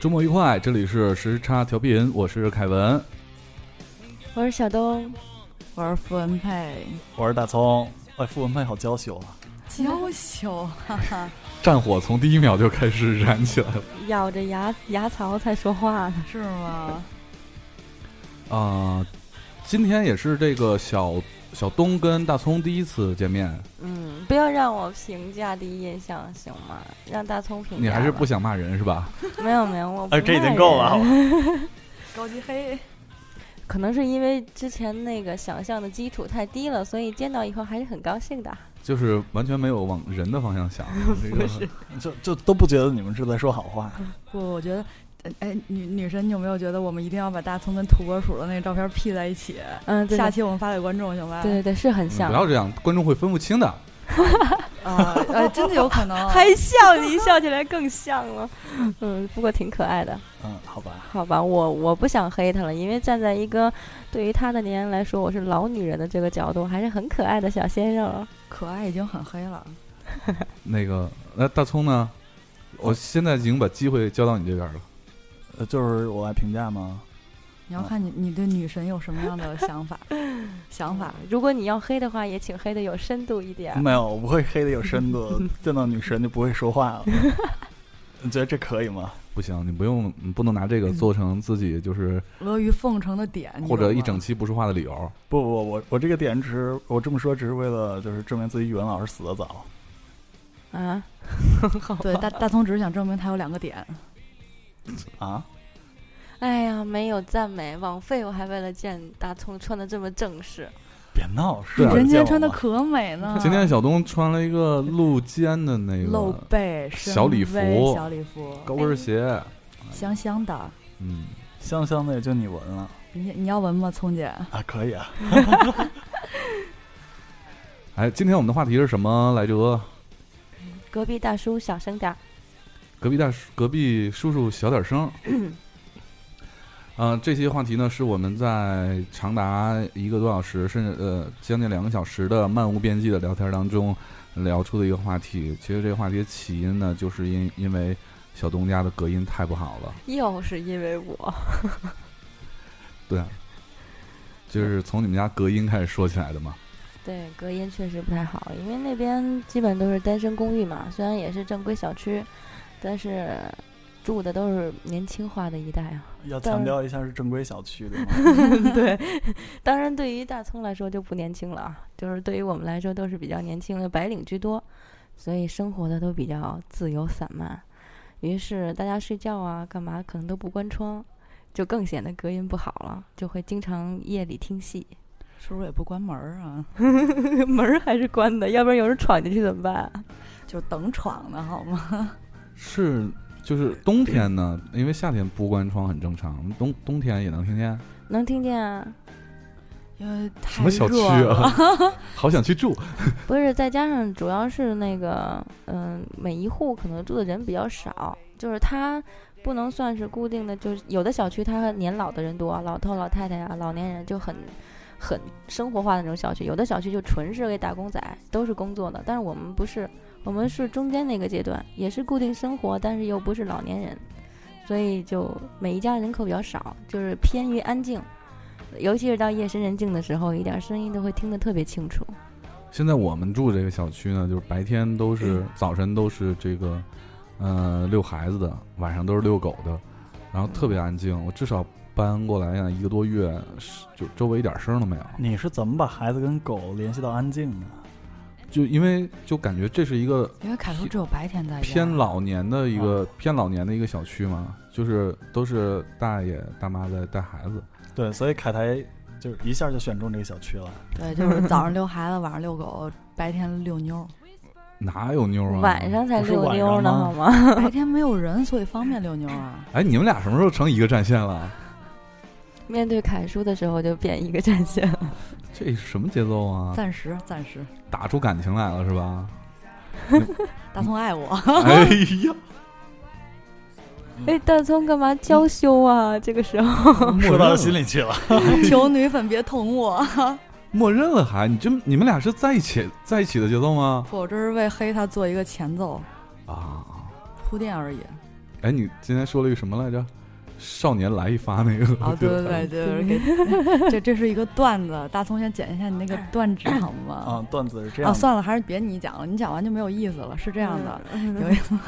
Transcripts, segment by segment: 周末愉快，这里是时差调频，我是凯文，我是小东，我是傅文佩，我是大葱。哎，傅文佩好娇羞啊！娇羞，哈哈，战火从第一秒就开始燃起来了咬着牙牙槽才说话呢。是吗？啊、今天也是这个小小东跟大葱第一次见面，嗯，不要让我评价第一印象行吗？让大葱评价吧。你还是不啊想骂人是吧？没有没有，我不哎，这已骂经够人了，好。吧？高级黑，可能是因为之前那个想象的基础太低了，所以见到以后还是很高兴的。就是完全没有往人的方向想，这个 就就都不觉得你们是在说好话。不，我觉得，呃哎，女女神，你有没有觉得我们一定要把大葱跟土拨鼠的那个照片 P 在一起？嗯，对下的期我们发给观众行吧？对对对，是很你嗯像不。要这样，观众会分不清的。啊， 哎，真的有可能。还像你笑起来更像了， 嗯，不过挺可爱的。嗯，好吧。好吧，我我不想黑她了，因为站在一个对于她的年龄来说，我是老女人的这个角度，还是很可爱的小鲜肉。可爱已经很黑了，那个，那大葱呢？我现在已经把机会交到你这边了。呃，就是我来评价吗？你要看你你对女神有什么样的想 法？想法如果你要黑的话，也请黑的有深度一啊点儿。没有，我不会黑的有深度， 见到女神就不会说话 了。你觉得这可以吗？不行，你不用，你不能拿这个做成自己就是阿谀奉承的点，你或者懂一吗整期不说话的理由。不不，我我这个点只是我这么说，只是为了就是证明自己语文老师死得早。啊，对大大葱只是想证明他有两个点，啊，哎呀，没有赞美，枉费我还为了见大葱穿的这么正式。别闹，是 对啊有人见家我穿的吗可美呢。今天小东穿了一个露肩的那嗯露个背深小礼微服小礼服高跟鞋，香香的。嗯，香香的也就你闻了你你要闻吗，聪姐？啊，可以啊。哎，今天我们的话题是什么来着？隔壁大叔小声点儿，隔壁大叔，隔壁叔叔小点声。嗯、这些话题呢，是我们在长达一个多小时，甚至呃将近两个小时的漫无边际的聊天当中聊出的一个话题。其实这个话题的起因呢，就是因因为小东家的隔音太不好了。又是因为我。对，就是从你们家隔音开始说起来的嘛。对，隔音确实不太好，因为那边基本都是单身公寓嘛，虽然也是正规小区，但是住的都是年轻化的一代啊。要但强是调一下是正规小区，对吗？ 对，当然对于大葱来说就不年轻了啊，就是对于我们来说都是比较年轻的白领居多，所以生活的都比较自由散漫，于是大家睡觉啊干嘛可能都不关窗，就更显得隔音不好了，就会经常夜里听戏， 是不是也不关门儿啊？门儿还是关的，要不然有人闯进去怎么办？啊就等闯呢，好吗？是，就是冬天呢，因为夏天不关窗很正常，冬冬天也能听见。能听见啊？因为什太么小区热了。啊？ 好想去住。不是，再加上主要是那个，嗯，每一户可能住的人比较少，就是它不能算是固定的，就是有的小区它年老的人多，老头老太太啊，老年人就很很生活化的那种小区，有的小区就纯是给打工仔，都是工作的，但是我们不是，我们是中间那个阶段，也是固定生活，但是又不是老年人，所以就每一家人口比较少，就是偏于安静。尤其是到夜深人静的时候，一点声音都会听得特别清楚。现在我们住这个小区呢，就是白天都是早晨都是这个，呃，遛孩子的，晚上都是遛狗的，然后特别安静。我至少搬过来呀，一个多月，是就周围一点声都没有。你是怎么把孩子跟狗联系到安静的？就因为就感觉这是一个因为凯叔只有白天在家偏老年的一个偏老年的一个小区嘛，就是都是大爷大妈在带孩子。对，所以凯台就是一下就选中这个小 区了。对，就是早上遛孩子，晚上遛狗，白天遛妞 儿。哪有妞啊？晚上才不是遛晚妞上呢，吗好吗？ 白天没有人，所以方便遛妞儿啊。哎，你们俩什么时候成一个战线了？面对凯叔的时候就变一个战线了。这什么节奏啊？暂时，暂时，打出感情来了是 吧？大葱爱 我。哎呀，哎，大葱干嘛娇羞啊？这个时候哦说到心里去了。求女粉别捅我！默认了还，你这你们俩是在一起在一起的节奏吗？不我这是为黑他做一个前奏啊，铺垫而已。哎，你今天说了一个什么来着？少年来一发那个，哎啊，对 对对， 就是给这这是一个段子，大葱先剪一下你那个段子好吗？啊，段子是这啊，样的，算了，还是别你讲了，你讲完就没有意思了。是这这样的，有一次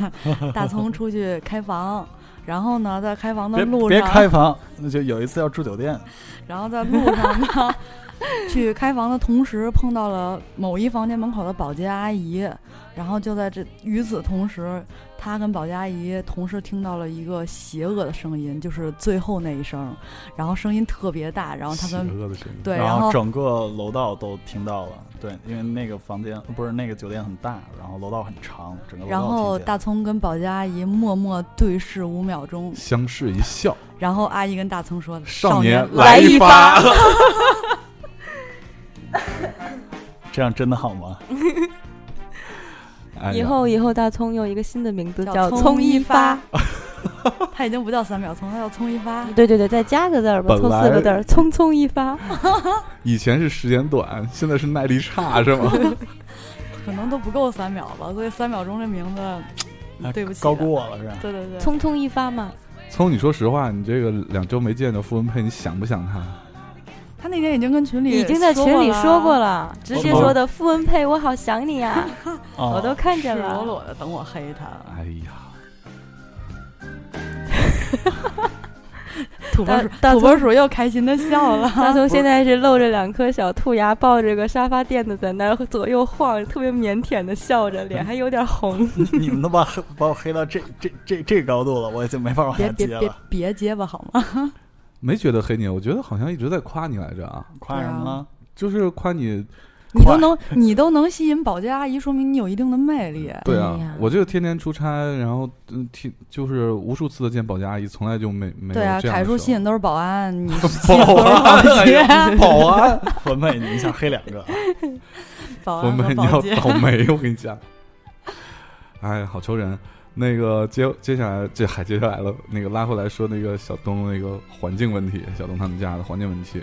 大葱出去开房，然后呢，在开房的路上，别别开房，那就有一次要住酒店，然后在路上呢，去开房的同时碰到了某一房间门口的保洁阿姨，然后就在这与此同时，他跟保洁阿姨同时听到了一个邪恶的声音，就是最后那一声，然后声音特别大，然后他邪们恶的声音，对，然然后整个楼道都听到了，对，因为那个房间不是那个酒店很大，然后楼道很长，整个楼道然后听见大葱跟保洁阿姨默默对视五秒钟，相视一笑，然后阿姨跟大葱说：“少年年来一发。”这样真的好吗？哎呀以后以后大葱有一个新的名字叫叫葱葱一一发发， 他已经不叫三秒葱，他叫葱一发。对对对，再加个字儿吧，本凑来四个字儿，匆匆一发。以前是时间短，现在是耐力差是吗？ 可能都不够三秒吧，所以三秒钟这名字，哎啊对不起，高估。我了 是吧？对对对，匆匆一发嘛，聪，你说实话，你这个两周没见的傅文佩，你想不想他？他那天已经跟群里已经在群里说过了，了，直接我说的傅文佩，我好想你啊，哦我都看见赤裸了。裸的等我黑他。哎呀，土拨大鼠，大土拨鼠又开心的 笑了。大葱现在是露着两颗小兔牙，抱着个沙发垫子在那儿左右晃，特别腼腆的笑着，脸还有点红。你们都把黑把我黑到这这这这个高度了，我已经没法往别下别接别了。别结巴好吗？没觉得黑你，我觉得好像一直在夸你来着啊，夸什么？就是夸哎你。你都能你都能吸引保洁阿姨，说明你有一定的魅力。对哎呀啊，我就天天出差，然后嗯，天就是无数次的见保洁阿姨，从来就没没有对啊，这样凯的时叔候吸引都是保 安，你吸保引都是安保洁，哎 保安， 文妹，你一下黑两个，啊保我安们和你啊保要洁。倒霉，我跟你讲。 哎，好愁人。那个接接下来这还接下来了，那个拉回来说那个小东那个环境问题，小东他们家的环境问题，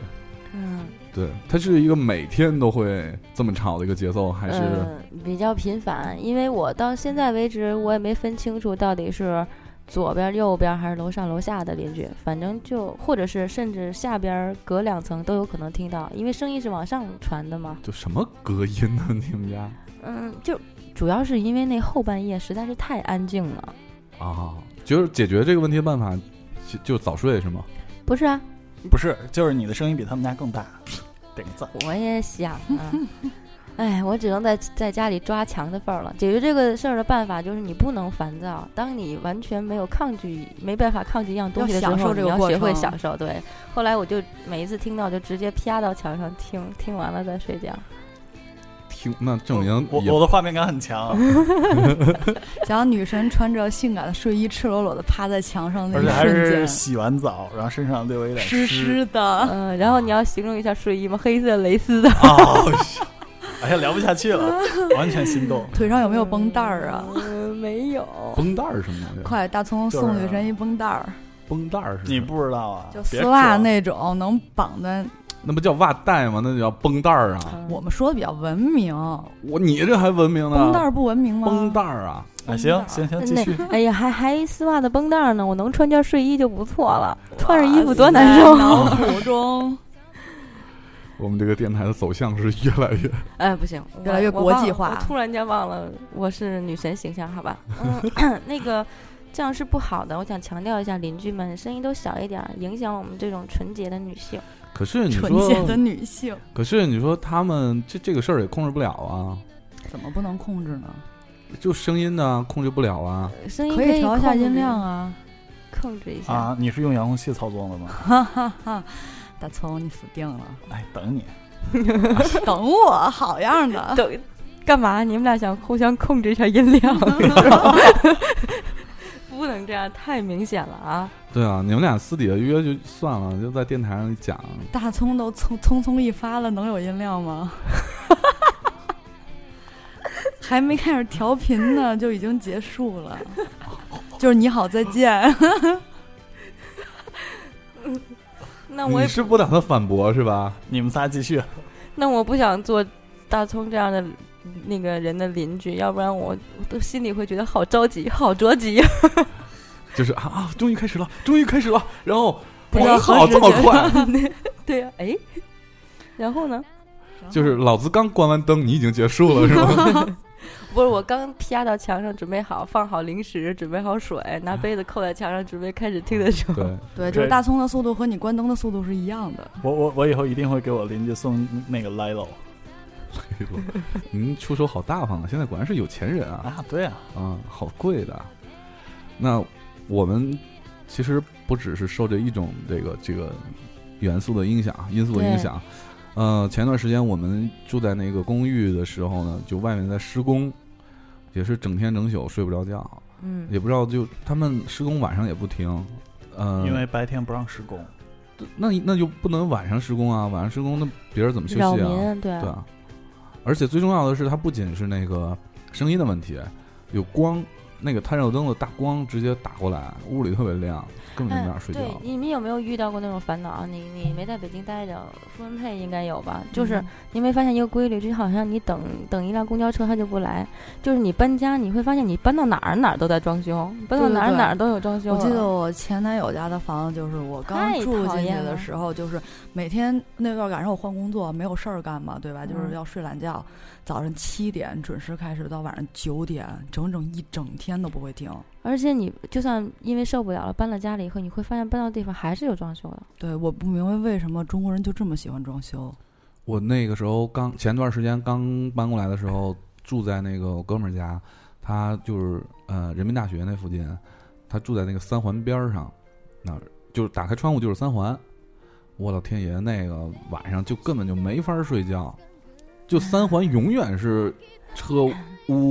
嗯，对，它是一个每天都会这么吵的一个节奏，还是、嗯呃、比较频繁，因为我到现在为止我也没分清楚到底是左边、右边还是楼上楼下的邻居，反正就或者是甚至下边儿隔两层都有可能听到，因为声音是往上传的嘛。就什么隔音呢？你们家嗯，就主要是因为那后半夜实在是太安静了。啊，就是解决这个问题的办法，就就早睡是吗？不是啊，不是，就是你的声音比他们家更大，顶赞。我也想啊。哎，我只能在在家里抓墙的份儿了。解决这个事儿的办法就是你不能烦躁。当你完全没有抗拒、没办法抗拒一样东西的时候，要享受这个你要过学会程享受。对，后来我就每一次听到就直接啪到墙上听，听完了再睡觉。听那证明我也我的画面感 很强，讲女神穿着性感的睡衣，赤裸裸的趴在墙上那而一且还是瞬间，洗完澡，然后身上略微有点湿湿湿的。嗯、然后你要形容一下睡衣吗？黑色蕾丝的，啊！ 哎呀，聊不下去了，完全心动。腿 上有没有绷带儿啊？嗯、没有。绷带儿什么东西？快，大葱就是啊送女神一绷带儿，绷带儿是你什么不知道啊？就别丝袜装那种能绑在。那不叫袜带吗？那就叫绷带儿啊！嗯我们说的比较文明，嗯我你这还文明呢？绷带儿不文明吗？绷带儿啊！啊，行行行，继续。那哎呀，还还丝袜的绷带儿呢，我能穿件睡衣就不错了，哇穿着衣服多难受啊塞。脑补中我们这个电台的走向是越来越……哎，不行，我越来越我国忘际了化我突然间忘了我是女神形象，好吧？嗯， 那个这样是不好的。我想强调一下，邻居们声音都小一点儿，影响我们这种纯洁的女性。可是你纯说，洁的女性，可是你说他们这这个事儿也控制不了啊，怎么不能控制呢？就声音呢控制不了啊。声音可以以调一下控制音量，啊！控制一下。 啊，你是用遥控器操纵的吗？哈哈哈，大葱你死定了， 哎，等你。等我，好样的！等干嘛？你们俩想互相控制一下音 量？ 不能这样，太明显了啊！对啊，你们俩私底下约就算了，就在电台上讲，大葱都匆匆匆一发了，能有音量 吗？还没开始调频呢，就已经结束 了。就是你好，再 见。那我你也是不打算反驳是吧？你们仨继续，那我不想做大葱这样的那个人的邻居，要不然我我都心里会觉得好着急，好着急。就是啊啊，终于开始了，终于开始了，然后不不太好合适哦这么快， 对呀、哎，然后呢？就是老子刚关完灯，你已经结束了是吗？ 不是我刚啪到墙上，准备好放好零食，准备好水，拿杯子扣在墙上，准备开始听的时候，对，对，就是对大葱的速度和你关灯的速度是一样的。我我我以后一定会给我邻居送那个 Lilo 您出手好大方啊，现在果然是有钱人啊啊，对啊，啊，好贵的。那我们其实不只是受这一种这个这个元素的影响，啊因素的影响。呃，前段时间我们住在那个公寓的时候呢，就外面在施工，也是整天整宿睡不着觉，嗯，也不知道就他们施工晚上也不停，呃，因为白天不让施工，那那就不能晚上施工啊，晚上施工那别人怎么休息扰啊？民，对啊对啊，而且最重要的是，它不仅是那个声音的问题，有光，那个探照灯的大光直接打过来，屋里特别亮，根本就没法睡觉。哎啊对，你们有没有遇到过那种烦恼啊？你你没在北京待着，分配应该有吧？就是嗯你没发现一个规律，就好像你等等一辆公交车它就不来，就是你搬家你会发现你搬到哪儿哪儿都在装修，搬到对对哪儿对哪儿都有装修我了。记得我前男友家的房子，就是我刚太住讨进去厌的了时候，就是每天那段赶上我换工作，没有事儿干嘛，对吧？就是嗯要睡懒觉，早上七点准时开始，到晚上九点，整整一整天都不会停。而且你就算因为受不了了搬了家里以后，你会发现搬到地方还是有装修的。对，我不明白为什么中国人就这么喜欢装修。我那个时候刚前段时间刚搬过来的时候，住在那个我哥们儿家，他就是呃人民大学那附近，他住在那个三环边儿上，那儿就是打开窗户就是三环。我老天爷，那个晚上就根本就没法睡觉，就三环永远是车呜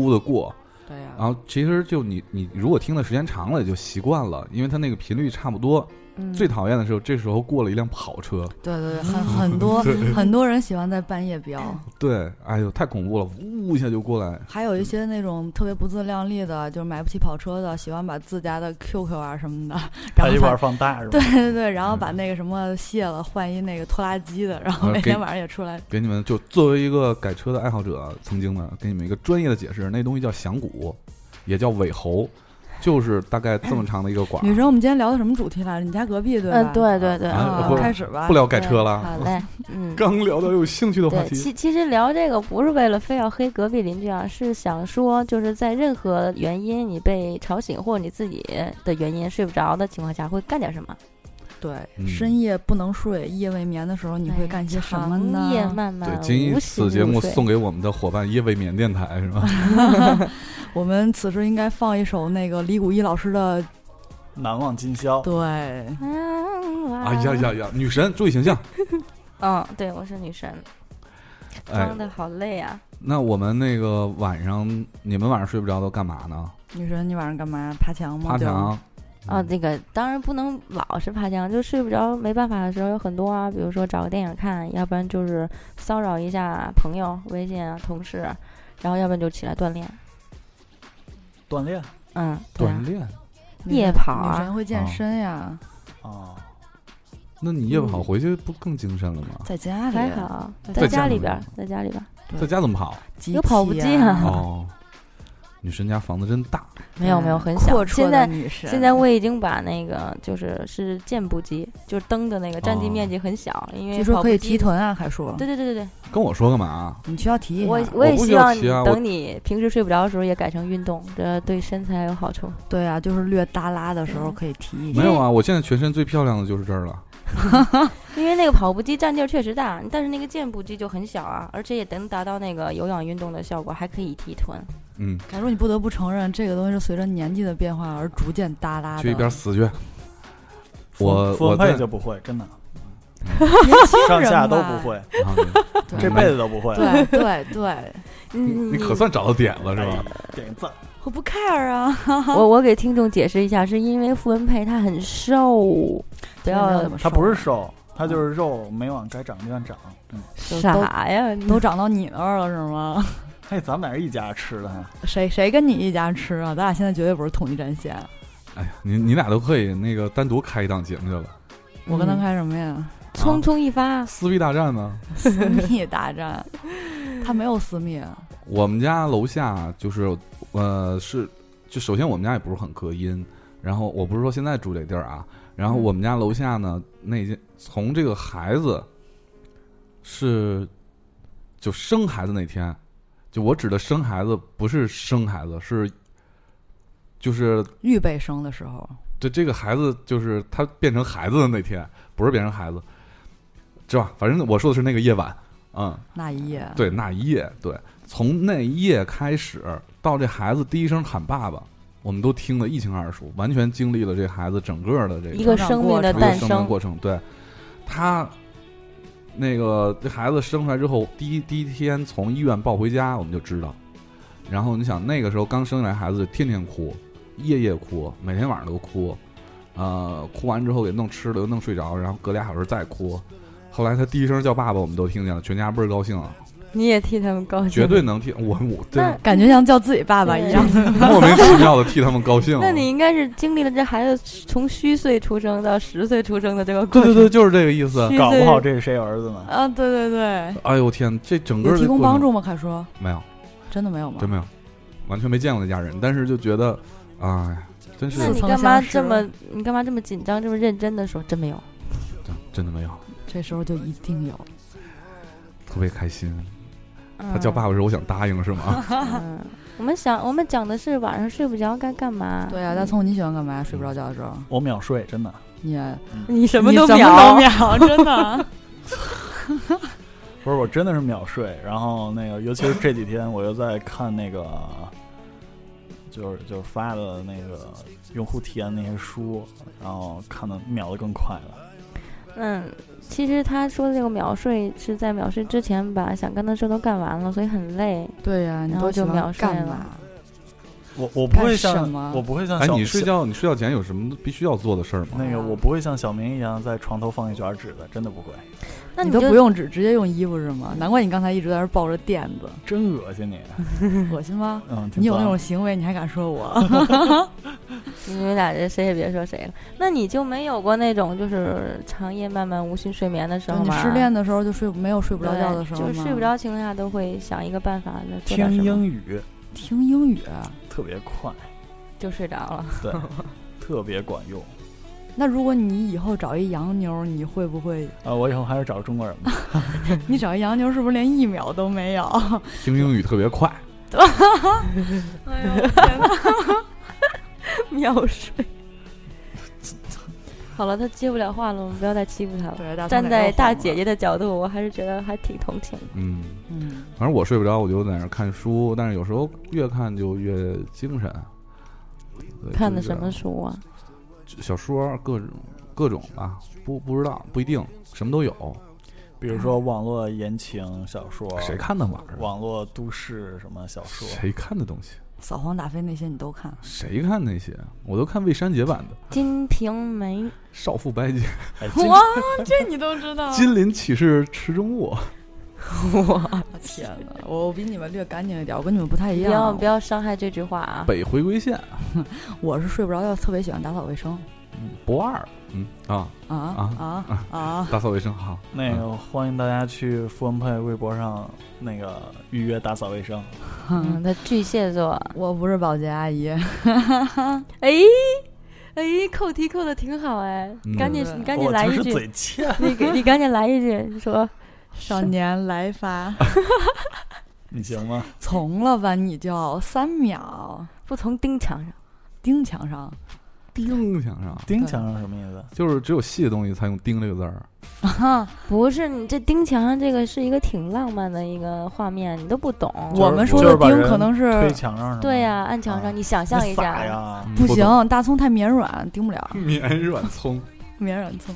呜的过，对呀、然后其实就你你如果听的时间长了也就习惯了，因为它那个频率差不多。嗯，最讨厌的时候，这时候过了一辆跑车，对对对， 很很多很多人喜欢在半夜飙，对，哎呦太恐怖了，呜一下就过来，还有一些那种特别不自量力的，就是买不起跑车的，喜欢把自家的 QQ 啊什么的，然开一后把罐放大是吧？ 对对对，然后把那个什么卸了，换一那个拖拉机的，然后嗯啊每天给晚上也出来。给你们就作为一个改车的爱好者，曾经呢，给你们一个专业的解释，那东西叫响鼓，也叫尾喉，就是大概这么长的一个管女儿。生，我们今天聊的什么主题来着？你家隔壁对吧？嗯，对对对，啊啊不，开始吧啊不。聊改车对了，好嘞， 嗯。刚聊到有兴趣的话对，题，其其实聊这个不是为了非要黑隔壁邻居啊，是想说就是在任何原因你被吵醒或者你自己的原因睡不着的情况下会干点什么？对，嗯深夜不能睡，夜未眠的时候，你会干些什么哎长夜呢？漫漫对，，仅无以心此节入目睡送给我们的伙伴夜未眠电台是吧？ 我们此时应该放一首那个李谷一老师的，难忘今宵，对，啊哎呀，呀呀，女神注意形 象，嗯，对，我是女神，哎装，的好累啊。那我们那个晚上，你们晚上睡不着都干嘛呢？女神，你晚上干嘛？爬墙吗？爬墙。啊，那个当然不能老是爬墙，就睡不着没办法的时候有很多啊，比如说找个电影看，要不然就是骚扰一下朋友、微信啊、同事，然后要不然就起来锻炼。锻炼嗯，对、锻啊，炼。对吧夜跑啊哦女神会健身呀，啊，那你夜跑回去不更精神了吗？在家里还好，在在啊家家里里边面儿，在家里边儿，对在家怎么跑？机有跑步器机啊啊，哦，女神家房子真大，没有对嗯没有很小阔。绰现的在女神，现在我已经把那个就是是箭步机，就是蹬的那个占地面积很小，因为据说跑可步以机提。臀啊，海叔，对对对对跟我说干嘛？啊你需要对，提一我下。也我不需希要望你骑啊我等你平时睡不着的时候也改成运动，这对身材有好处。对啊，就是略耷拉的时候嗯可以提一下没。有啊，我现在全身最漂亮的就是这儿了。因为那个跑步机占地儿确实大，但是那个健步机就很小啊，而且也能达到那个有氧运动的效果，还可以提臀。嗯，凯叔，你不得不承认，这个东西是随着年纪的变化而逐渐耷拉的。去一边死去。我分我分配在就不会，真的，年轻人上下都吧不。会，啊对 这辈子都不会。对对对，你嗯你可算找到点了是吧？哎？点个赞，我不 care 啊。我我给听众解释一下，是因为傅文佩他很瘦，不啊要他不是瘦，他就是肉没往该长的地方长。嗯，啊傻呀，你都长到你那儿了是吗？嘿，咱们俩是一家吃的哈。谁谁跟你一家吃啊？咱俩现在绝对不是统一战线。哎呀，你你俩都可以那个单独开一档节目去了。我嗯跟他开什么呀？匆匆一发，撕逼大战呢？私密大战，他没有私密，我们家楼下就是，呃，是就首先我们家也不是很隔音，然后我不是说现在住这地儿啊，然后我们家楼下呢，那间从这个孩子是就生孩子那天，就我指的生孩子不是生孩子，是就是预备生的时候，对这个孩子就是他变成孩子的那天，不是变成孩子，是吧？反正我说的是那个夜晚，嗯，那一夜，对，那一夜，对，从那一夜开始到这孩子第一声喊爸爸，我们都听得一清二楚，完全经历了这孩子整个的这一个个生命的一个诞生命过程。对，他那个这孩子生出来之后，第一第一天从医院抱回家，我们就知道。然后你想，那个时候刚生下来孩子，天天哭，夜夜哭，每天晚上都哭，呃，哭完之后给弄吃的，又弄睡着，然后隔俩小时再哭。后来他第一声叫爸爸，我们都听见了，全家倍儿高兴啊，你也替他们高兴，绝对 能听我我对那感觉像叫自己爸爸一样的。莫名其妙的替他们高兴了。那你应该是经历了这孩子从虚岁出生到十岁出生的这个对过程。对对， 就是这个意思。虚搞岁不好这是谁儿子呢？啊，对对对，哎呦天，这整个有的提供过程帮助吗？凯叔，没有？真的没有吗真？没有，完全没见过那家人，但是就觉得，哎，真是那你似曾干嘛相识这么你干嘛这么紧张这么认真的说真没有？真真的没有，这时候就一定有。特别开心。他他叫爸爸的时，候，我想答应是 吗？爸。嗯，我们想我们讲的是晚上睡不着该干嘛？对啊，大聪，你喜欢干嘛？睡不着觉的时候，我秒睡，真的。你你 什么都都秒， 秒，真的。不是，我真的是秒睡。然后那个，尤其是这几天，我又在看那个，就是就是发的那个用户体验那些书，然后看的秒的更快了。嗯，其实他说的这个秒睡是在秒睡之前把想干的事都干完了，所以很累。对呀，你然后都喜就秒欢睡干了嘛？我我不会干像什么我不会像哎，小、你睡觉，你睡觉前有什么必须要做的事儿吗？那个我不会像小明一样在床头放一卷纸的，真的不会，那你就都不用纸，直接用衣服是吗？难怪你刚才一直在那儿抱着垫子，真恶心你。恶心吗？嗯，挺你有那脏种行为，你还敢说我？你们俩这谁也别说谁了。那你就没有过那种就是长夜漫漫无心睡眠的时候你吗？失恋的时候就睡没有睡睡不着觉的时候吗？就是睡不着情况下都会想一个办法来做点听什么，英语听英语，特别快，就睡着了。 对，特别管用。那如果你以后找一洋妞，你会不会？啊，我以后还是找中国人吧。你找一洋妞是不是连一秒都没有？ 听英语特别快，哎呦，秒睡。 好了，他接不了话了，我们不要再欺负他了。对，大站在大姐姐姐，的角度，我还是觉得还挺同情的。嗯，嗯，反正我睡不着，我就在那儿看书，但是有时候越看就越精神。对看的就是什么书啊？小说，各种各种吧，不不知道，不一定，什么都有。比如说网络言情小说， 谁看那玩意儿？网络都市什么小说，谁看的东西？扫黄打非那些你都 看，谁看那些？我都看未删节版的《 《金瓶梅》少妇白洁》哎， 这哇，这你都知道《金鳞岂是池中物》。哇，天哪，我比你们略干净一点，我跟你们不太一不要样啊不。要伤害这句话啊！北回归线我是睡不着觉，特别喜欢打扫卫生博二，嗯啊，啊啊啊 啊！打扫卫生好。那个欢迎大家去富文配微博上那个预约打扫卫生。嗯，他巨蟹座，我不是保洁阿姨，哎哎，扣题扣的挺好哎，嗯赶紧对你赶紧我来就一是句，嘴欠，你给你赶紧来一句，你说少年来发，你行吗？从了吧你就三秒不从钉墙上。钉墙上，钉墙上，钉墙上什么意思？ 就是只有细的东西才用“钉”这个字儿。不是你这钉墙上这个是一个挺浪漫的一个画面，你都不懂。就是我们说的钉可能是推墙上是吗对呀、，按墙上，啊你想象一那傻 下，呀，不行，大葱太绵软，钉不了嗯懂，绵软葱。绵软葱。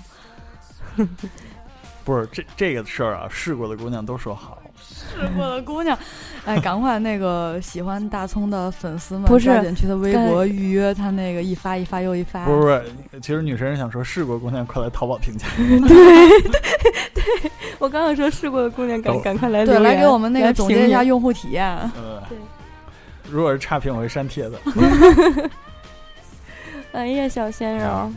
不是这这个事儿啊，试过的姑娘都说好，哎试过的姑娘， 哎，赶快那个喜欢大葱的粉丝们，不是抓紧去他微博预约他那个一发一发又一发不。是不是，其实女生想说试过姑娘快来淘宝评价，我刚刚说试过的姑娘，赶赶赶快来对，来给我们那个总结一下用户体验。呃对，如果是差评我会删帖 子。哎呀，小鲜肉，然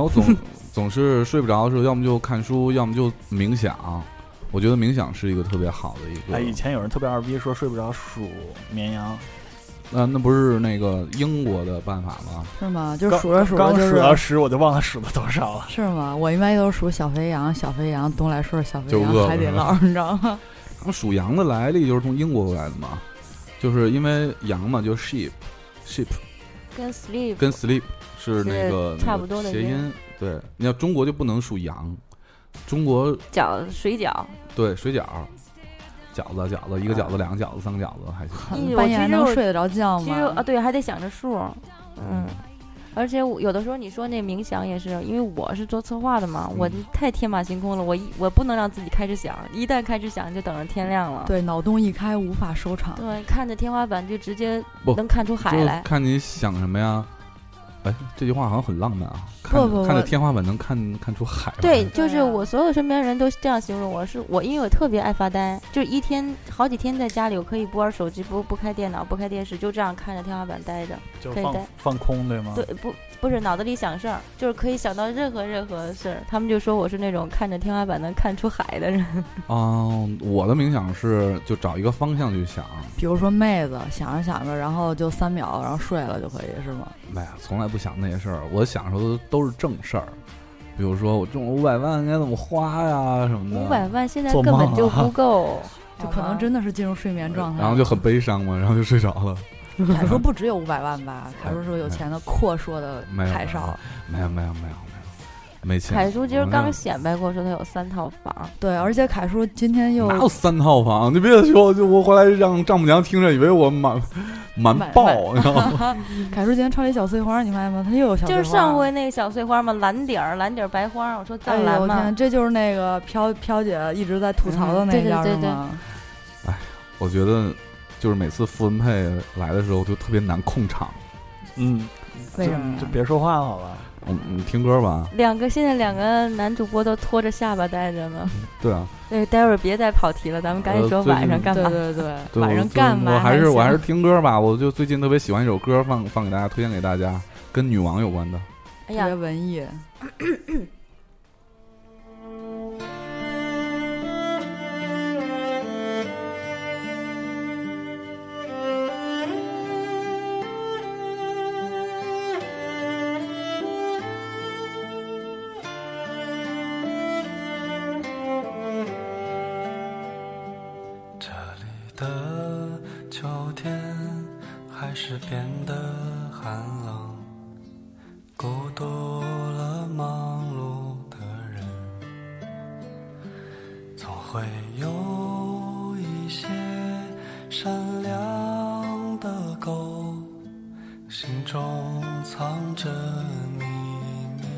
后总 总是睡不着的时候，要么就看书，要么就冥想。我觉得冥想是一个特别好的一哎，以个，前有人特别二逼说睡不着数绵羊，那那不是那个英国的办法吗？是吗？就刚数着数着刚就数到是十，我就忘了数了多少了。是吗？我一般都是数小肥羊、小肥羊、东来顺、小肥就饿羊、了海底是捞吧，你知道吗？他们属羊的来历就是从英国过来的嘛，就是因为羊嘛，就 sheep，sheep 跟 sleep 跟 sleep 是那个是差不多的那个谐音音。对，你要中国就不能属羊，中国饺水饺，对水饺、饺子、饺子，嗯一个饺子、两个饺子、三个饺子还行。因哎为我半夜其还实能我睡得着觉其实啊，吗？对，还得想着数，嗯。而且我有的时候你说那冥想也是，因为我是做策划的嘛，我嗯太天马行空了，我一我不能让自己开始想，一旦开始想就等着天亮了。对，脑洞一开无法收场。对，看着天花板就直接不能看出海就来。看你想什么呀？哎，这句话好像很浪漫啊！看不不不看着天花板能看看出海来。对，就对是啊我所有身边人都这样形容我，是我因为我特别爱发呆，就是一天好几天在家里，我可以不玩手机，不不开电脑，不开电视，就这样看着天花板待着。就可以放的放空对吗？对，不不是脑子里想事儿，就是可以想到任何任何事儿。他们就说我是那种看着天花板能看出海的人。哦，我的冥想是就找一个方向去想，比如说妹子想着想着，然后就三秒，然后睡了就可以是吗？哎呀，从来不想那些事儿，我想的时候都是正事儿，比如说我中了五百万该怎么花呀什么的，五百万现在做根本梦啊就不 够，就可能真 的。的是进入睡眠状态了，然后就很悲伤嘛，然后就睡着了。凯叔不只有五百万吧？凯叔是有钱的阔硕的哎没有凯少，没有没有没有没有没钱。凯叔今儿我那刚显摆过，说他有三套房，对，而且凯叔今天又哪有三套房？你别说，就我回来让丈母娘听着，以为我满满满爆，你知道吗？ 凯叔今天穿了一小碎花，你发现吗？他又有小碎就花，是上回那个小碎花嘛，蓝底儿，蓝底儿白花，我说哎藏呦蓝我嘛天，，这就是那个飘飘姐一直在吐槽的嗯那对对叫对什对么？我觉得就是每次傅文佩来的时候，就特别难控场。嗯，为什么就呀？别说话好了。嗯，你听歌吧。两个现在两个男主播都拖着下巴待着呢。对啊，对，待会儿别再跑题了，咱们赶紧呃说最晚上近干嘛。对对对， 对晚我上就干嘛？我还是我还是行听歌吧。我就最近特别喜欢一首歌，放放给大家，推荐给大家，跟女王有关的。哎特别呀，文艺。这里的秋天还是变得寒冷，孤独了忙碌的人，总会有一些善良的狗，心中藏着秘密。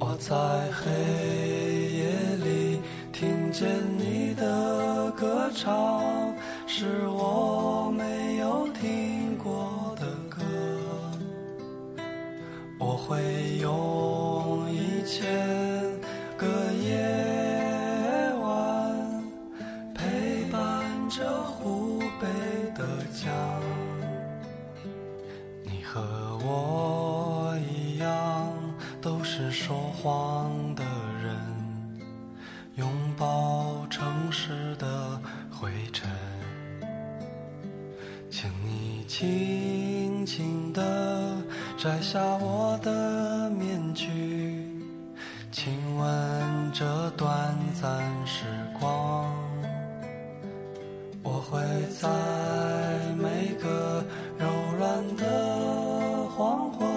我在黑夜里听见你的歌唱，是我没有听过的歌。我会用一千个夜晚陪伴着湖北的家。你和我一样，都是说谎的人，拥抱城市的灰尘。请你轻轻地摘下我的面具，亲吻这短暂时光。我会在每个柔软的黄昏，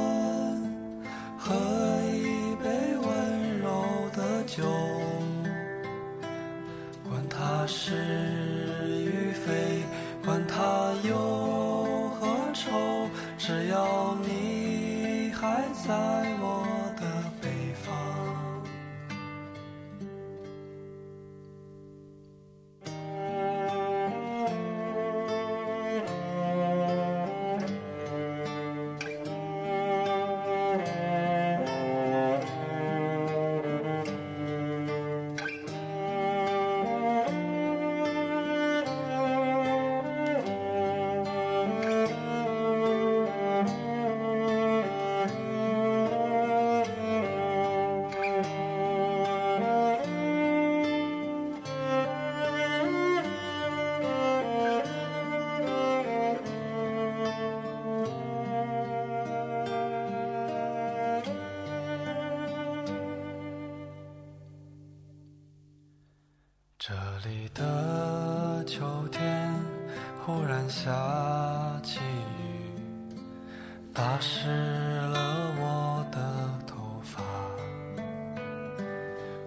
喝一杯温柔的酒，管它是与非，管它忧和愁，只要你还在我的北方。里的秋天忽然下起雨，打湿了我的头发。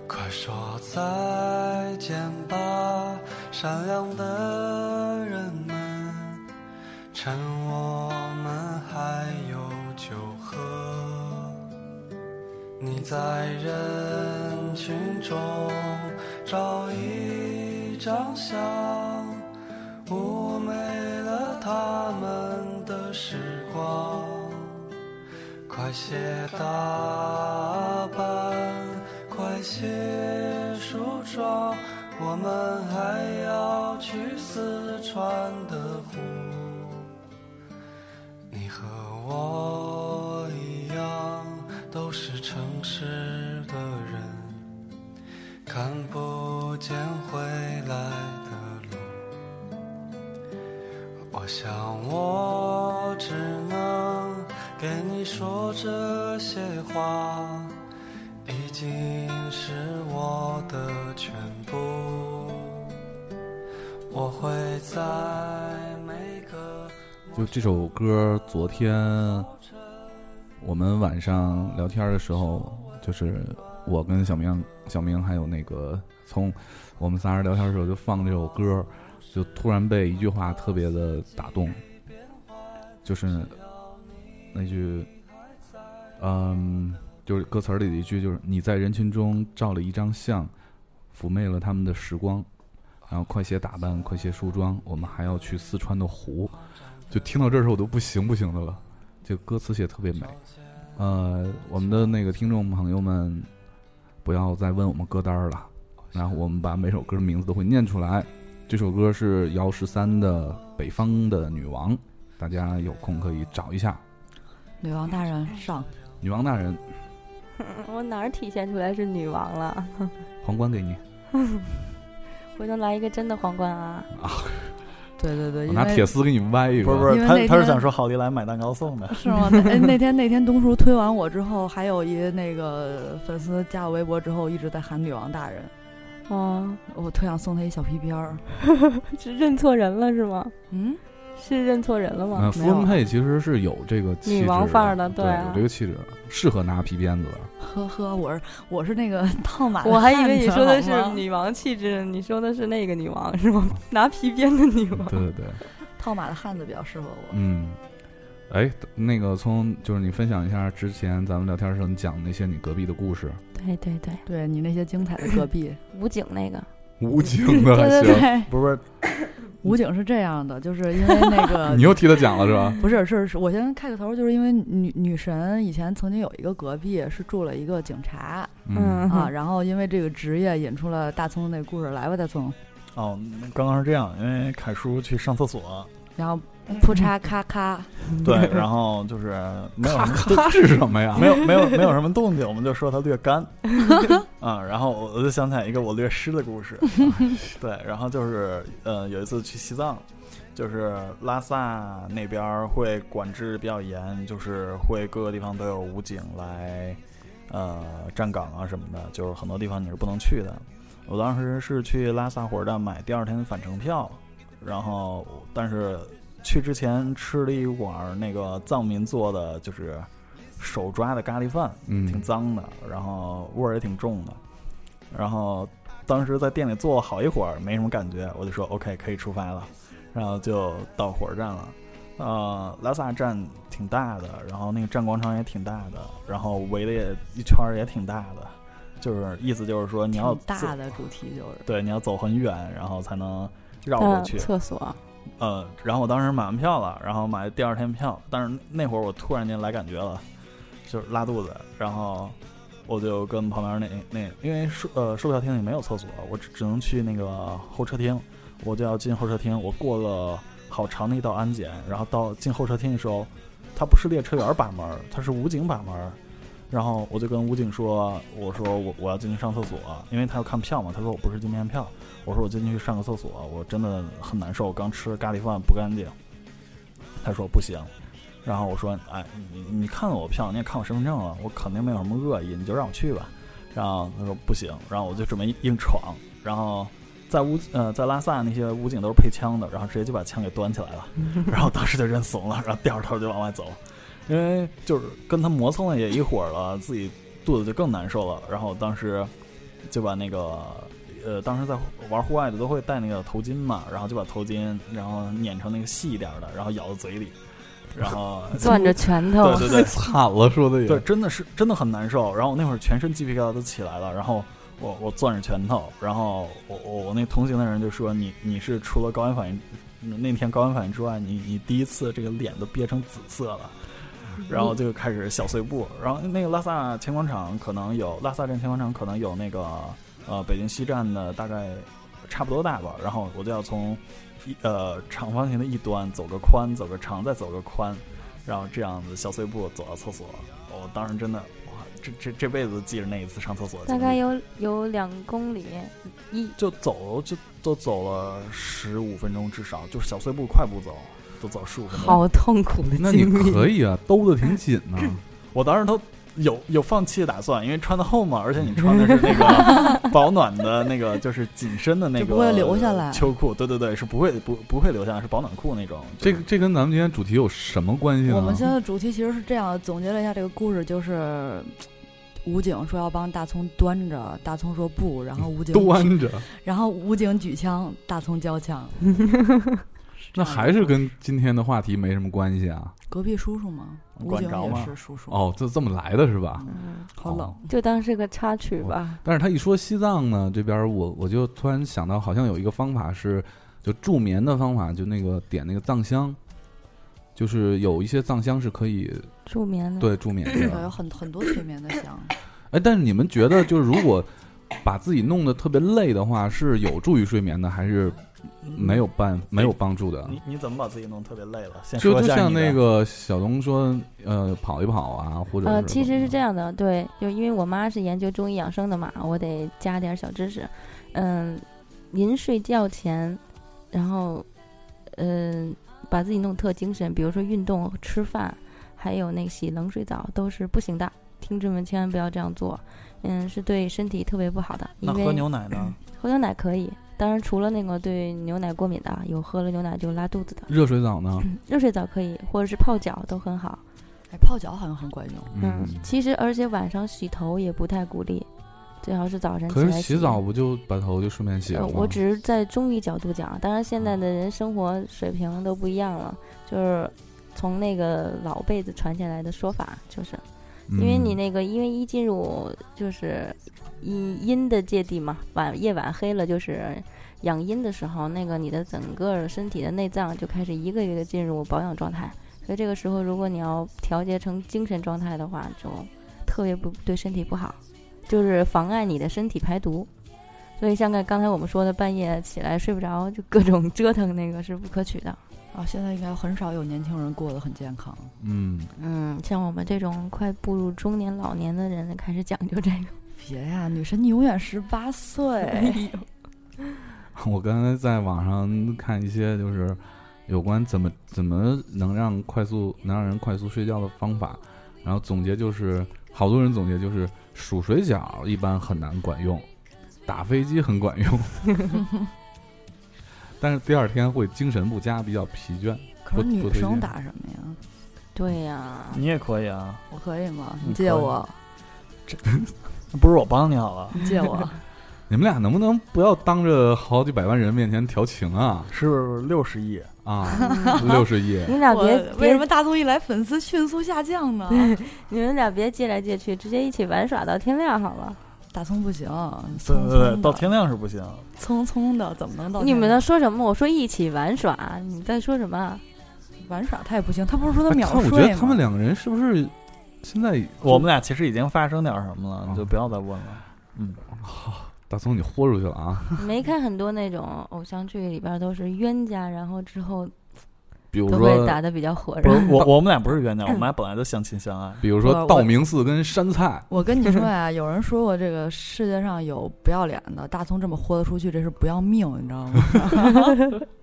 快说再见吧，善良的人们，趁我们还有酒喝。你在人群中找一张相，妩媚了他们的时光。快些打扮，快些梳妆，我们还要去四川的湖。你和我一样，都是城市的人，看不见回来的路。我想我只能给你说这些话，已经是我的全部。我会在每个就这首歌，昨天我们晚上聊天的时候，就是我跟小明、小明还有那个从我们仨人聊天的时候就放这首歌，就突然被一句话特别的打动，就是那句，嗯，就是歌词儿里的一句，就是你在人群中照了一张相，妩媚了他们的时光。然后快些打扮，快些梳妆，我们还要去四川的湖。就听到这儿的时候，我都不行不行的了。这个歌词写得特别美。呃，我们的那个听众朋友们，不要再问我们歌单儿了，然后我们把每首歌的名字都会念出来。这首歌是姚十三的《北方的女王》，大家有空可以找一下。女王大人上，女王大人，我哪儿体现出来是女王了？皇冠给你，回头来一个真的皇冠啊！对对对，我哎因拿为铁丝给你们歪一个。不是不是，因为他那他是天想说好利来买蛋糕送 的。 是吗？哎，那天那天东叔推完我之后，还有一那个粉丝加我微博之后一直在喊女王大人， 哦，我特想送他一小皮鞭儿。是认错人了是吗？嗯，是认错人了吗？嗯，没符有文配其实是有这个气质女王范儿的对，对啊有这个气质，适合拿皮鞭子的。呵呵，我是我是那个 套马 的我还以为汉你子说的是好吗女王气质，你说的是那个女王是吗？ 拿皮鞭的女王。对对对，套马的汉子比较适合我。嗯，哎，那个从就是你分享一下之前咱们聊天的时候你讲那些你隔壁的故事，对对对，对你那些精彩的隔 壁，武警那个，武警的对对行，对，不是不是，武警是这样的，就是因为那 个你又替他讲了是吧？不是，是是，我先开个头，就是因为女女神以前曾经有一个隔壁是住了一个警察、嗯啊，，然后因为这个职业引出了大葱那故事，来吧，大葱，哦，刚刚是这样，因为凯叔去上厕所，然后嗯噗嚓咔咔， 对，然后就是没有咔什么咔是什么呀？没有没有没有什么动静，我们就说他略干啊。然后我我就想起来一个我略湿的故事，啊对，然后就是呃有一次去西藏，就是拉萨那边儿会管制比较严，就是会各个地方都有武警来呃站岗啊什么的，就是很多地方你是不能去的。我当时是去拉萨火车站买第二天返程票，然后但是去之前吃了一碗儿那个藏民做的，就是手抓的咖喱饭，挺嗯，脏的，然后味儿也挺重的。然后当时在店里坐了好一会儿，没什么感觉，我就说 OK 可以出发了，然后就到火车站了。呃，拉萨站挺大的，然后那个站广场也挺大的，然后围的也一圈儿也挺大的，就是意思就是说你要挺大走的主题就是对你要走很远，然后才能嗯绕过去。嗯厕所，呃，然后我当时买完票了，然后买第二天票，但是那会儿我突然间来感觉了，就是拉肚子，然后我就跟旁边那那，因为售呃售票厅里没有厕所，我只只能去那个候车厅，我就要进候车厅，我过了好长的一道安检，然后到进候车厅的时候，他不是列车员把门儿，他是武警把门儿。然后我就跟武警说：“我说我我要进去上厕所，因为他要看票嘛。他说我不是今天票，我说我进去上个厕所，我真的很难受，刚吃咖喱饭不干净。他说不行，然后我说哎，你你看了我票，你也看我身份证了，我肯定没有什么恶意，你就让我去吧。然后他说不行，然后我就准备硬闯，然后在武呃在拉萨那些武警都是配枪的，然后直接就把枪给端起来了，然后当时就认怂了，然后掉着头就往外走，因为就是跟他磨蹭了也一会儿了，自己肚子就更难受了，然后当时就把那个呃当时在玩户外的都会戴那个头巾嘛，然后就把头巾然后捻成那个细一点的，然后咬到嘴里，然后 攥着拳头对，对对，惨了，说的也对，真的是真的很难受。然后我那会儿全身鸡皮疙瘩都起来了，然后我我攥着拳头，然后我我我那同行的人就说你你是除了高原反应，那天高原反应之外，你你第一次这个脸都憋成紫色了。然后就开始小碎步，然后那个拉萨前广场可能有拉萨站前广场可能有那个呃北京西站的大概差不多大吧，然后我就要从一呃长方形的一端走个宽，走个长，再走个宽，然后这样子小碎步走到厕所。我当时真的哇，这这这辈子都记着那一次上厕所的 经大历。概有有两公里，一就走就都走了十五分钟至少，就是小碎步快步走，都走十五分钟。好痛苦的那你经历。可以啊，兜的挺紧呢、我当时都有有放弃的打算，因为穿的厚嘛，而且你穿的是那个保暖的那个，就是紧身的那个，就不会流下来秋裤，对对对，是不会不不会留下来，是保暖裤那种。这个个这跟咱们今天主题有什么关系呢？我们现在的主题其实是这样的，总结了一下这个故事，就是武警说要帮大葱端着，大葱说不，然后武警举，端着，然后武警举枪，大葱交枪。那还是跟今天的话题没什么关系啊。隔壁叔叔吗？武管警着也吗啊哦是叔叔，哦，这这么来的是吧？嗯好冷。就当是个插曲吧。但是他一说西藏呢，这边我我就突然想到，好像有一个方法是，就助眠的方法，就那个点那个藏香，就是有一些藏香是可以助眠的，对助眠啊至少有的。很很多催眠的香，哎，但是你们觉得，就是如果把自己弄得特别累的话，是有助于睡眠的，还是没有办没有帮助的？嗯你你怎么把自己弄得特别累了？先就说一就下像你的那个小东说，呃，跑一跑啊，或者呃，其实是这样，样的，对，就因为我妈是研究中医养生的嘛，我得加点小知识。嗯，临睡觉前，然后嗯，把自己弄特精神，比如说运动、吃饭，还有那个洗冷水澡都是不行的。听众们千万不要这样做，嗯，是对身体特别不好的。因那为喝牛奶嗯呢？喝牛奶可以，当然除了那个对牛奶过敏的啊，有喝了牛奶就拉肚子的，嗯热水澡呢，热水澡可以，或者是泡脚都很好。哎，泡脚好像很管用。嗯，其实而且晚上洗头也不太鼓励，最好是早晨起可是来洗洗澡。不啊就把头就顺便洗呃了吗？我只是在中医角度讲，当然现在的人生活水平都不一样了，就是从那个老辈子传下来的说法，就是因为你嗯那个，因为一进入就是阴阴的界地嘛，晚夜晚黑了就是养阴的时候，那个你的整个身体的内脏就开始一个一个进入保养状态，所以这个时候如果你要调节成精神状态的话，就特别不对身体不好，就是妨碍你的身体排毒。所以像刚刚才我们说的，半夜起来睡不着，就各种折腾，那个是不可取的。啊，现在应该很少有年轻人过得很健康。嗯，嗯，像我们这种快步入中年老年的人，开始讲究这个。别呀、女神，你永远十八 岁。 我刚才在网上看一些就是有关怎么怎么能让快速能让人快速睡觉的方法，然后总结就是好多人总结就是数水饺一般很难管用，打飞机很管用， 但是第二天会精神不佳，比较疲倦。可是不不女推生荐打什么呀？对呀、你也可以啊，我可以吗？你你借可以我，不是我帮你好了，你借我。你们俩能不能不要当着好几百万人面前调情啊是六十亿，啊！六十亿，你俩我别为别什么大综艺来粉丝迅速下降呢？你们俩别借来借去，直接一起玩耍到天亮好了。 大葱不行，对匆对对，匆到的，天亮是不行。匆匆的怎么能到天亮？你们在说什么？我说一起玩耍，你在说什么啊？玩耍他也不行，他不是说哎他秒看我觉睡得吗？他们两个人是不是现在我们俩其实已经发生点什么了，嗯你就不要再问了。嗯，大葱你豁出去了啊？你 没看很多那种偶像剧里边都是冤家，然后之后比如都说会打得比较嗯火不热。是我我们俩不是冤家，我们俩本来就相亲相爱。比如说我道明寺跟山 菜，我跟你说呀，有人说过这个世界上有不要脸的，大葱这么豁得出去，这是不要命，你知道吗？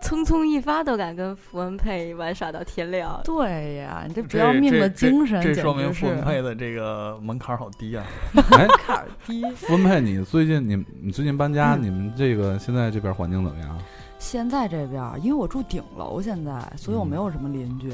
匆匆一发都敢跟符文配玩耍到天亮， 对呀，你这不这要命这的这精神，这简说直明傅文是佩的这个门槛儿好低啊！哎，坎儿低。分配你最近你你最近搬嗯家，你们这个现在这边环境怎么样？现在这边儿，因为我住顶楼，现在，所以我没有什么邻居。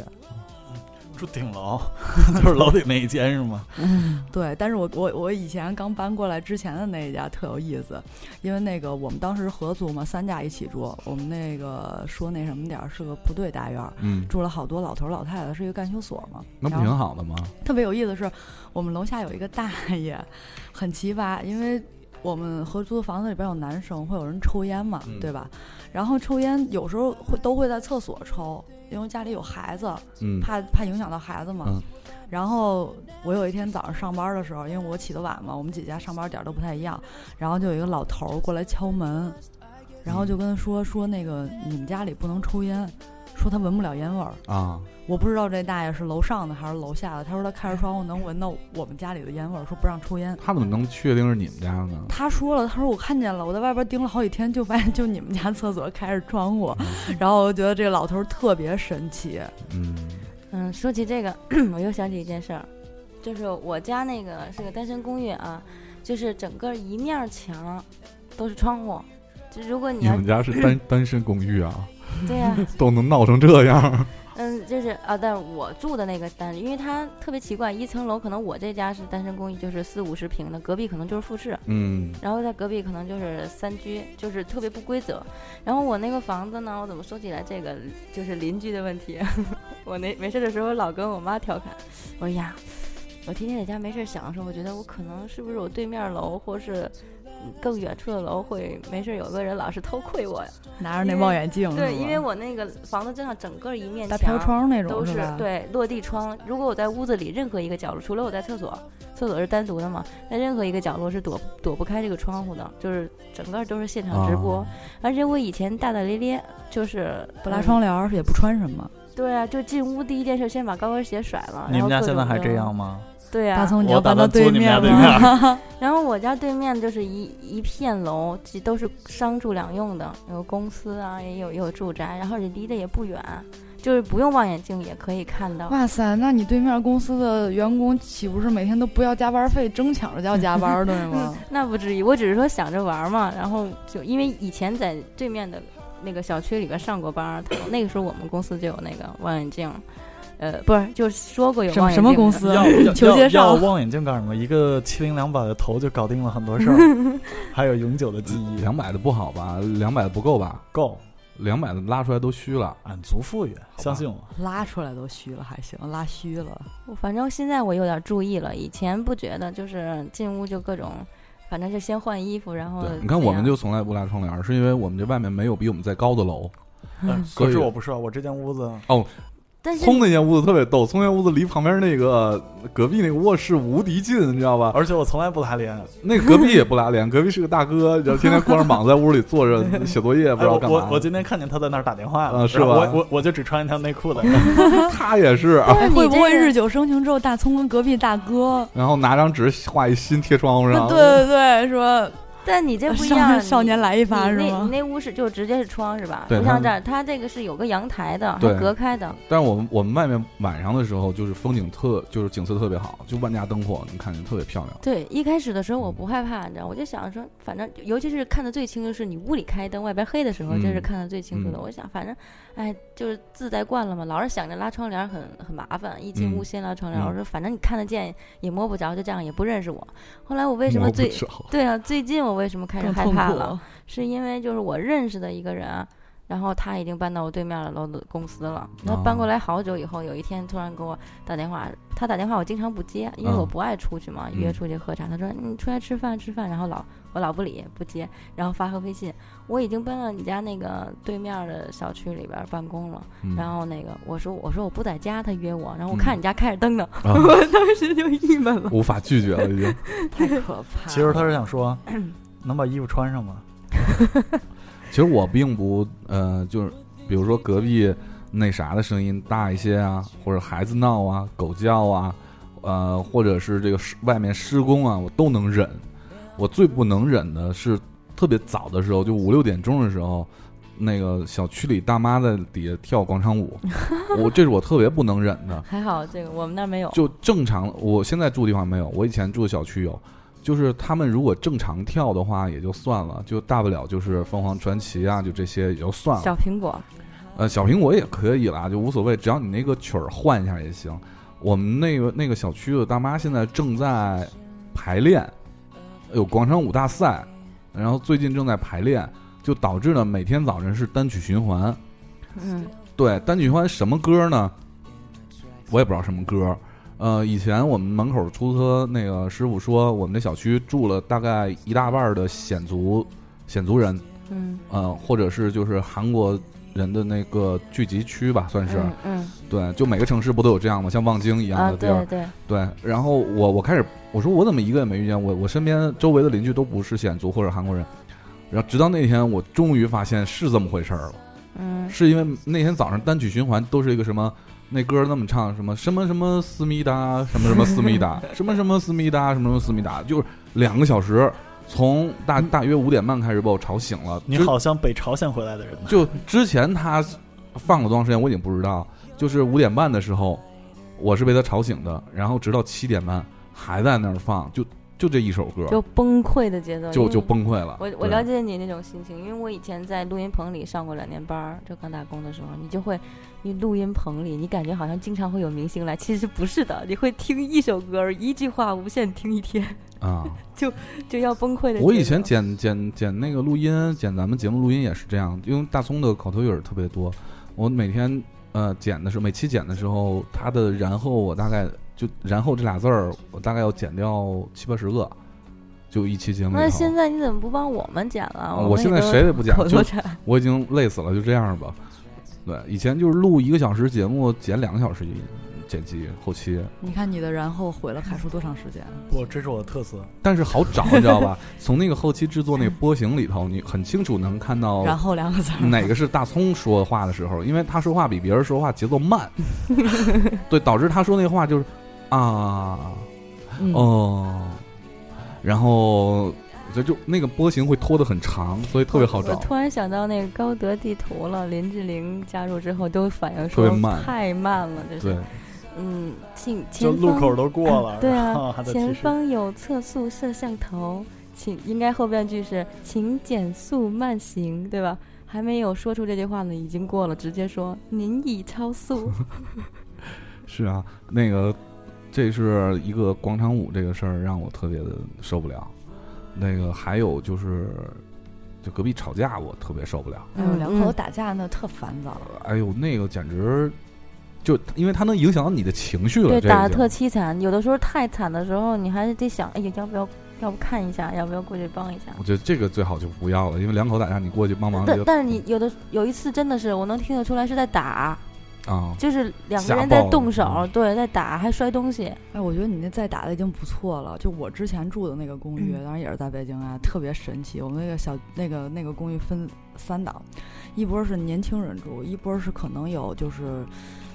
住顶楼， 就是楼顶那一间是吗？嗯，对，但是我我我以前刚搬过来之前的那一家特有意思，因为那个我们当时合租嘛，三家一起住，我们那个说那什么点儿是个部队大院儿，嗯，住了好多老头儿老太太，是一个干休所嘛。那不然后挺好的吗？特别有意思的是，我们楼下有一个大爷，很奇葩，因为我们合租的房子里边有男生，会有人抽烟嘛，嗯对吧？然后抽烟有时候会都会在厕所抽，因为家里有孩子，嗯怕怕影响到孩子嘛。嗯然后我有一天早上上班的时候，因为我起得晚嘛，我们几家上班点儿都不太一样，然后就有一个老头儿过来敲门，然后就嗯跟他说说那个你们家里不能抽烟，说他闻不了烟味儿。啊，我不知道这大爷是楼上的还是楼下的。他说他开着窗户能闻到我们家里的烟味儿，说不让抽烟。他怎么能确定是你们家的呢？他说了，他说我看见了，我在外边盯了好几天，就发现就你们家厕所开着窗户，然后我觉得这个老头儿特别神奇。嗯，嗯，说起这个， 我又想起一件事儿，就是我家那个是个单身公寓啊，就是整个一面儿墙都是窗户，就如果你你要们家是单 单身公寓啊，对呀、都能闹成这 样，嗯，就是啊，但是我住的那个单，因为它特别奇怪，一层楼可能我这家是单身公寓，就是四五十平的，隔壁可能就是复式，嗯，然后在隔壁可能就是三居，就是特别不规则。然后我那个房子呢，我怎么说起来这个就是邻居的问题。 我那没事的时候老跟我妈调侃，我说呀，我天天在家没事想的时候，我觉得我可能是不是我对面楼或是嗯更远处的楼会没事有个人老是偷窥我呀？拿着那望远镜，对，嗯是吧因为我那个房子正上整个一面大墙飘窗那种都是是吧？对落地窗。如果我在屋子里任何一个角落，除了我在厕所，厕所是单独的嘛，在任何一个角落是躲躲不开这个窗户的，就是整个都是现场直播。啊哦而且我以前大大咧咧，就是嗯不拉。窗帘儿也不穿什么。对啊，就进屋第一件事先把高跟鞋甩哎了。你们家现在还这样？吗？对大啊。葱，你要我打搬到算租对你们家面对吗？ 面。然后我家对面就是一一片楼，这都是商住两用的，有公司啊，也有也有住宅，然后离得也不远，就是不用望远镜也可以看到。哇塞，那你对面公司的员工岂不是每天都不要加班费，争抢着要加班儿，对吗？那不至于，我只是说想着玩儿嘛，然后就因为以前在对面的那个小区里边上过班儿，他那个时候我们公司就有那个望远镜，呃，不是，就是说过有什望么远镜什么公的？司？ 要要求要介绍要望远镜干什么？一个七零两百的头就搞定了很多 事儿，还有永久的记忆，两百的不好吧？两百的不够吧？够，两百的拉出来都虚了。俺足富裕，相信我。 拉出来都虚了，还行，拉虚了。反正现在我有点注意了，以前不觉得，就是进屋就各种，反正就先换衣服，然后对，你看我们那样就从来不拉窗帘，是因为我们这外面没有比我们再高的楼。嗯，所以可是我不是，我这间屋子但是葱那间屋子特别逗，葱那间屋子离旁边那个隔壁那个卧室无敌近，你知道吧？而且我从来不拉帘，那个隔壁也不拉帘，隔壁是个大哥，然后天天光着膀子在屋里坐 着写作业，不哎知道我干嘛。我我今天看见他在那儿打电话啊了，是吧嗯我我我就只穿一条内裤的，他也是，啊但是你哎会不会这个日久生情之后，大葱跟隔壁大哥？然后拿张纸画一心贴窗户上。 对对对，说但你这不一少样，少年你来一发你是那你吗？那屋是就直接是窗是吧？对不它像这儿，它这个是有个阳台的，还对隔开的。但是我们我们外面晚上的时候，就是风景特，就是景色特别好，就万家灯火，你看见特别漂亮。对，一开始的时候我不害怕，你知道，我就想说，反正尤其是看的最清楚，是你屋里开灯，外边黑的时候，这嗯是看的最清楚的。嗯我想，反正，哎，就是自在惯了嘛，老是想着拉窗帘儿很很麻烦，一嗯进屋先拉窗帘儿。我嗯说，反正你看得见，也摸不着，就这样，也不认识我。后来我为什么摸不最着对啊，最近我为什么开始更害痛怕苦了？。是因为就是我认识的一个人啊，然后他已经搬到我对面的楼的公司了。他搬哦过来好久以后，有一天突然给我打电话，他打电话我经常不接，因为我嗯不爱出去嘛，嗯约出去喝茶。他说你出来吃饭吃饭，然后老我老不理不接，然后发个微信，我已经搬到你家那个对面的小区里边办公了。嗯然后那个我说我说我不在家，他约我，然后嗯我看你家开着灯呢，啊我当时就郁闷了。无法拒绝了，已经。太可怕了。其实他是想说，能把衣服穿上吗？其实我并不呃，就是比如说隔壁那啥的声音大一些啊，或者孩子闹啊、狗叫啊，呃，或者是这个施外面施工啊，我都能忍。我最不能忍的是特别早的时候，就五六点钟的时候，那个小区里大妈在底下跳广场舞，我这是我特别不能忍的。还好这个我们那儿没有。就正常，我现在住的地方没有，我以前住的小区有。就是他们如果正常跳的话也就算了，就大不了就是凤凰传奇啊，就这些也就算了。小苹果，呃，小苹果也可以啦，就无所谓，只要你那个曲儿换一下也行。我们那个那个小区的大妈现在正在排练，有广场舞大赛，然后最近正在排练，就导致呢每天早晨是单曲循环。嗯，对，单曲循环什么歌呢？我也不知道什么歌。呃，以前我们门口出租车那个师傅说，我们这小区住了大概一大半儿的显族显族人，嗯，呃，或者是就是韩国人的那个聚集区吧，算是。嗯嗯对，就每个城市不都有这样吗？像望京一样啊，的地对儿。对，对，然后我我开始我说我怎么一个也没遇见，我我身边周围的邻居都不是显族或者韩国人，然后直到那天我终于发现是这么回事儿了，嗯是因为那天早上单曲循环都是一个什么。那歌那么唱什么什么什么思密达什么什么思密 达什么什么思密达什么什么思密达，就是两个小时，从大大约五点半开始把我吵醒了。嗯你之好像北朝鲜回来的人呢。就之前他放了多长时间，我已经不知道。就是五点半的时候，我是被他吵醒的，然后直到七点半还在那儿放，就就这一首歌，就崩溃的节奏，因就为就。崩溃了。我我对了解你那种心情，因为我以前在录音棚里上过两年班儿，就刚打工的时候，你就会，你录音棚里，你感觉好像经常会有明星来，其实不是的，你会听一首歌，一句话无限听一天，啊！就要崩溃的节奏。我以前剪剪剪那个录音，剪咱们节目录音也是这样，因为大葱的口头语儿特别多，我每天呃剪的时候，每期剪的时候，他的然后我大概就然后这俩字儿，我大概要剪掉七八十个，就一期节目里头。呃那现在你怎么不帮我们剪了？我们现在也都谁也不剪口就头禅。我已经累死了，就这样吧。对，以前就是录一个小时节目，剪两个小时音剪辑后期，你看你的然后毁了凯叔多长时间？不，这是我的特色。但是好找，你知道吧？ 从那个后期制作那个波形里头，你很清楚能看哦到然后两个 字儿，哪个是大葱说话的时候，因为他说话比别人说话节奏 慢，对，导致他说那话就是啊嗯哦，然后这就那个波形会拖得很长，所以特别好我找。突然想到那个高德地图了，林志玲加入之后都反应特说别慢太慢了，这是对，嗯，请就前路方口都过了， 对然后啊还，在提前示。方有测速摄像头，请应该后半句是请减速慢行，对吧？还没有说出这句话呢，已经过了，直接说您已超 速。是啊，那个这是一个广场舞这个事儿让我特别的受不了。那个还有就是，就隔壁吵架我特别受不了。哎呦，两嗯口子打架那特烦躁。哎呦，那个简直就因为它能影响到你的情绪了。对，这打已的经特凄惨，有的时候太惨的时候，你还得想，哎呀，要不要，要不看一下，要不要过去帮一下？我觉得这个最好就不要了，因为两口打架你过去帮忙但就但是你有的有一次真的是，我能听得出来是在打，啊、就是两吓个人爆在了动手嗯，对，在打，还摔东西。哎，我觉得你那再打的已经不错了。就我之前住的那个公寓，嗯当然也是在北京啊，特别神奇。我们那个小那个那个公寓分三档，一波是年轻人住，一波是可能有就是。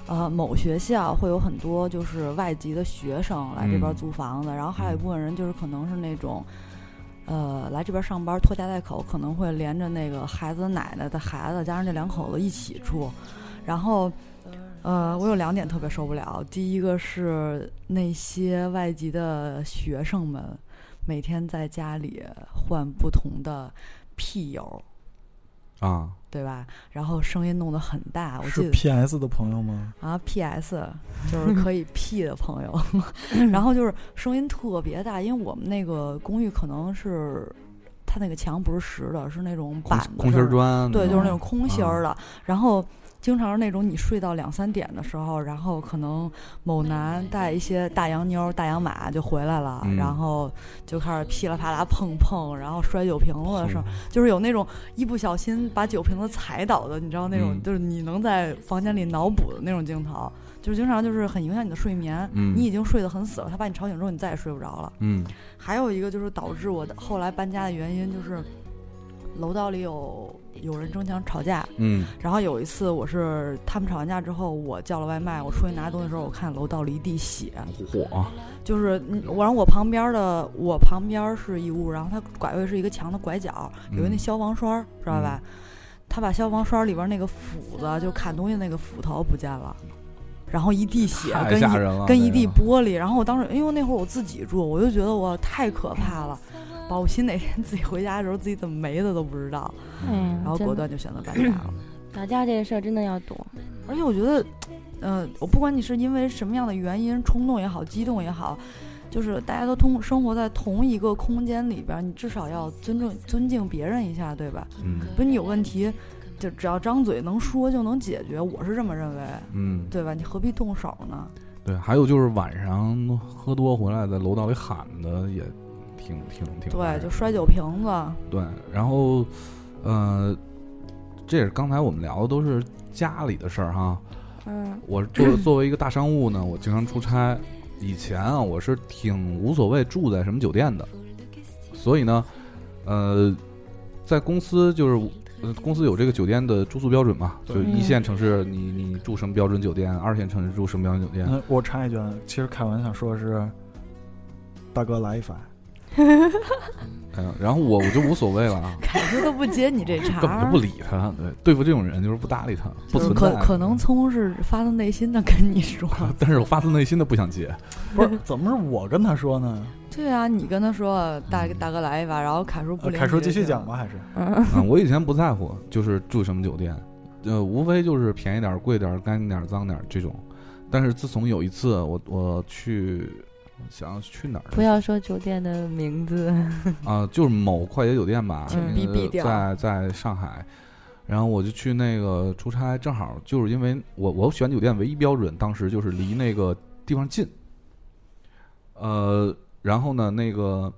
呃，某学校会有很多就是外籍的学生来这边嗯租房子，然后还有一嗯部分人就是可能是那种，呃，来这边上班拖家带口，可能会连着那个孩子的奶奶的孩子加上这两口子一起住，然后呃，我有两点特别受不了。第一个是那些外籍的学生们每天在家里换不同的屁友，啊，对吧？然后声音弄得很大，我记是得 PS 的朋友吗？啊，PS 就是可以 P 的朋友，然后就是声音特别大，因为我们那个公寓可能是它那个墙不是实的，是那种空板的空心就是儿砖，哦对，就是那种种空心儿的。然后经常是那种你睡到两三点的时候，然后可能某男带一些大洋妞儿、大洋马就回来了，嗯然后就开始噼里啪啦碰碰，然后摔酒瓶子的是声儿，就是有那种一不小心把酒瓶子踩倒的，你知道那种，嗯就是你能在房间里脑补的那种镜头。就是经常就是很影响你的睡眠，嗯你已经睡得很死了，他把你吵醒之后，你再也睡不着了。嗯还有一个就是导致我的后来搬家的原因就是，楼道里有有人争抢吵架。嗯然后有一次我是他们吵完架之后，我叫了外卖，我出去拿东西的时候，我看楼道里一地血，火就是嗯我然后我旁边的我旁边是一屋，然后他拐位是一个墙的拐角，有一那嗯消防栓，知道吧？他把消防栓里边那个斧子，就砍东西那个斧头不见了，然后一地血太跟吓一人了，啊跟一这地个玻璃。然后我当时，因为那会儿我自己住，我就觉得我太可怕了，把我心哪天 自己回家的时候自己怎么没的都不知道。哎呀然后真果的断就选择搬家了。打架这个事儿真的要躲，而且我觉得，呃，我不管你是因为什么样的原因，冲动也好，激动也好，就是大家都通生活在同一个空间里边儿，你至少要尊重尊敬别人一下，对吧？嗯不是你有问题，就只要张嘴能说就能解决，我是这么认为，嗯，对吧？你何必动手呢？对，还有就是晚上喝多回来在楼道里喊的也挺挺挺吓对，人就摔酒瓶子，对，然后，呃，这也是刚才我们聊的都是家里的事儿哈。嗯我作作为一个大商务呢，我经常出差。以前啊，我是挺无所谓住在什么酒店的，所以呢，呃，在公司就是。呃，公司有这个酒店的住宿标准嘛？就对一线城市你，你住什么标准酒店？二线城市住什么标准酒店？那我插一句，啊，其实凯文想说的是，大哥来一发，嗯、然后我我就无所谓了啊，凯子都不接你这茬根本就儿不。理他。对，对付这种人就是不搭理他，不就是存可在。嗯可能聪是发自内心的跟 你说，但是我发自内心的不想接。不是怎么是我跟他说呢？对啊，你跟他说大嗯大哥来一把，然后凯叔不呃理你凯叔就继续行讲吧，还是嗯，啊，我以前不在乎，就是住什么酒店，呃，无非就是便宜点儿、贵点儿、干净点儿、脏点儿这种。但是自从有一次我我去，我想去哪儿不要说酒店的名字，啊、就是某快捷酒店吧，请那避个避掉在在上海。然后我就去那个出差，正好就是因为我我选酒店唯一标准，当时就是离那个地方近。呃，然后呢，那个，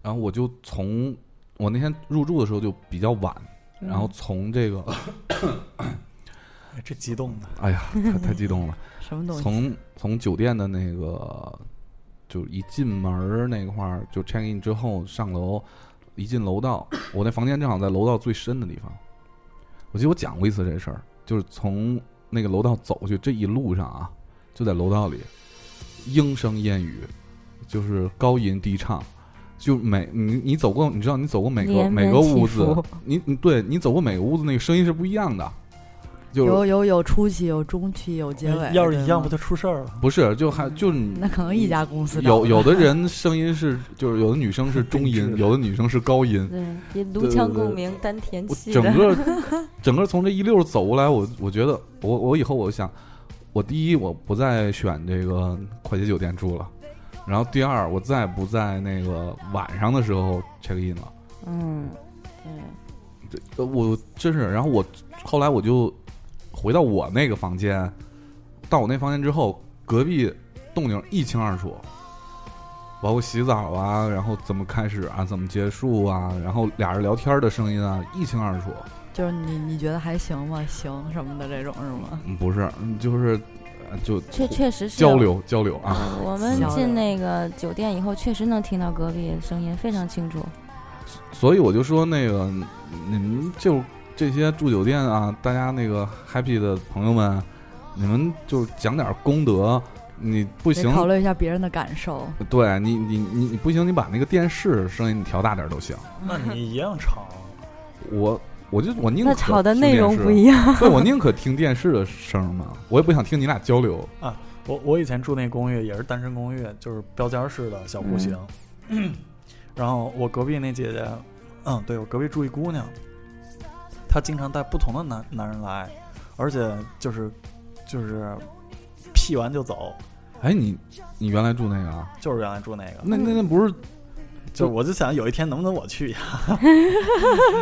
然后我就从我那天入住的时候就比较晚，然后从这个， 哎这激动的，哎呀，太太激动了。什么东西？从从酒店的那个，就一进门儿那块儿，就 check in 之后上楼，一进楼道，我那房间正好在楼道最深的地方。我记得我讲过一次这事儿，就是从那个楼道走去，这一路上啊，就在楼道里，莺声燕语，就是高吟低唱。就每你你走过，你知道你走过每个连每绵个起屋子伏，你你对你走过每个屋子，那个声音是不一样的，就是有有有初期，有中期，有结尾。要是一对样吗不就出事儿了？不是就还就是你那可能一家公司有找有的人声音是，就是有的女生是中定制音，的有的女生是高音。 对，也对颅对腔对共鸣，丹田我气整嗯的，个整个从这一溜儿走过来，我我觉得我我以后我想，我第一我不再选这个快捷酒店住了，然后第二我再不在那个晚上的时候 check in 了。嗯，对，这呃我真是，然后我后来我就回到我那个房间，到我那房间之后，隔壁动静一清二楚，包括洗澡啊，然后怎么开始啊，怎么结束啊，然后俩人聊天的声音啊，一清二楚。 就是你你觉得还行吗？行什么的这种是吗？嗯不是，嗯就是呃就确确实是交有。流交流啊，呃我们交流进那个酒店以后，确实能听到隔壁的声音，非常清楚。所以我就说那个你们就这些住酒店啊，大家那个 happy 的朋友们，你们就讲点功德。你不得行，考虑一下别人的感受。对你，你你你不行，你把那个电视声音你调大点儿都行。那你一样啊吵，我我就我宁可那吵的听内电容视啊不一，样，对我宁可听电视的声儿嘛，我也不想听你俩交流。我我以前住那公寓也是单身公寓，就是标间式的小户型。 然后我隔壁那姐姐，嗯，对我隔壁住一姑娘，她经常带不同的男男人来，而且就是就是屁完就走，哎，你你原来住那个啊？就是原来住那个。那那那不是就是我就想有一天能不能我去 呀？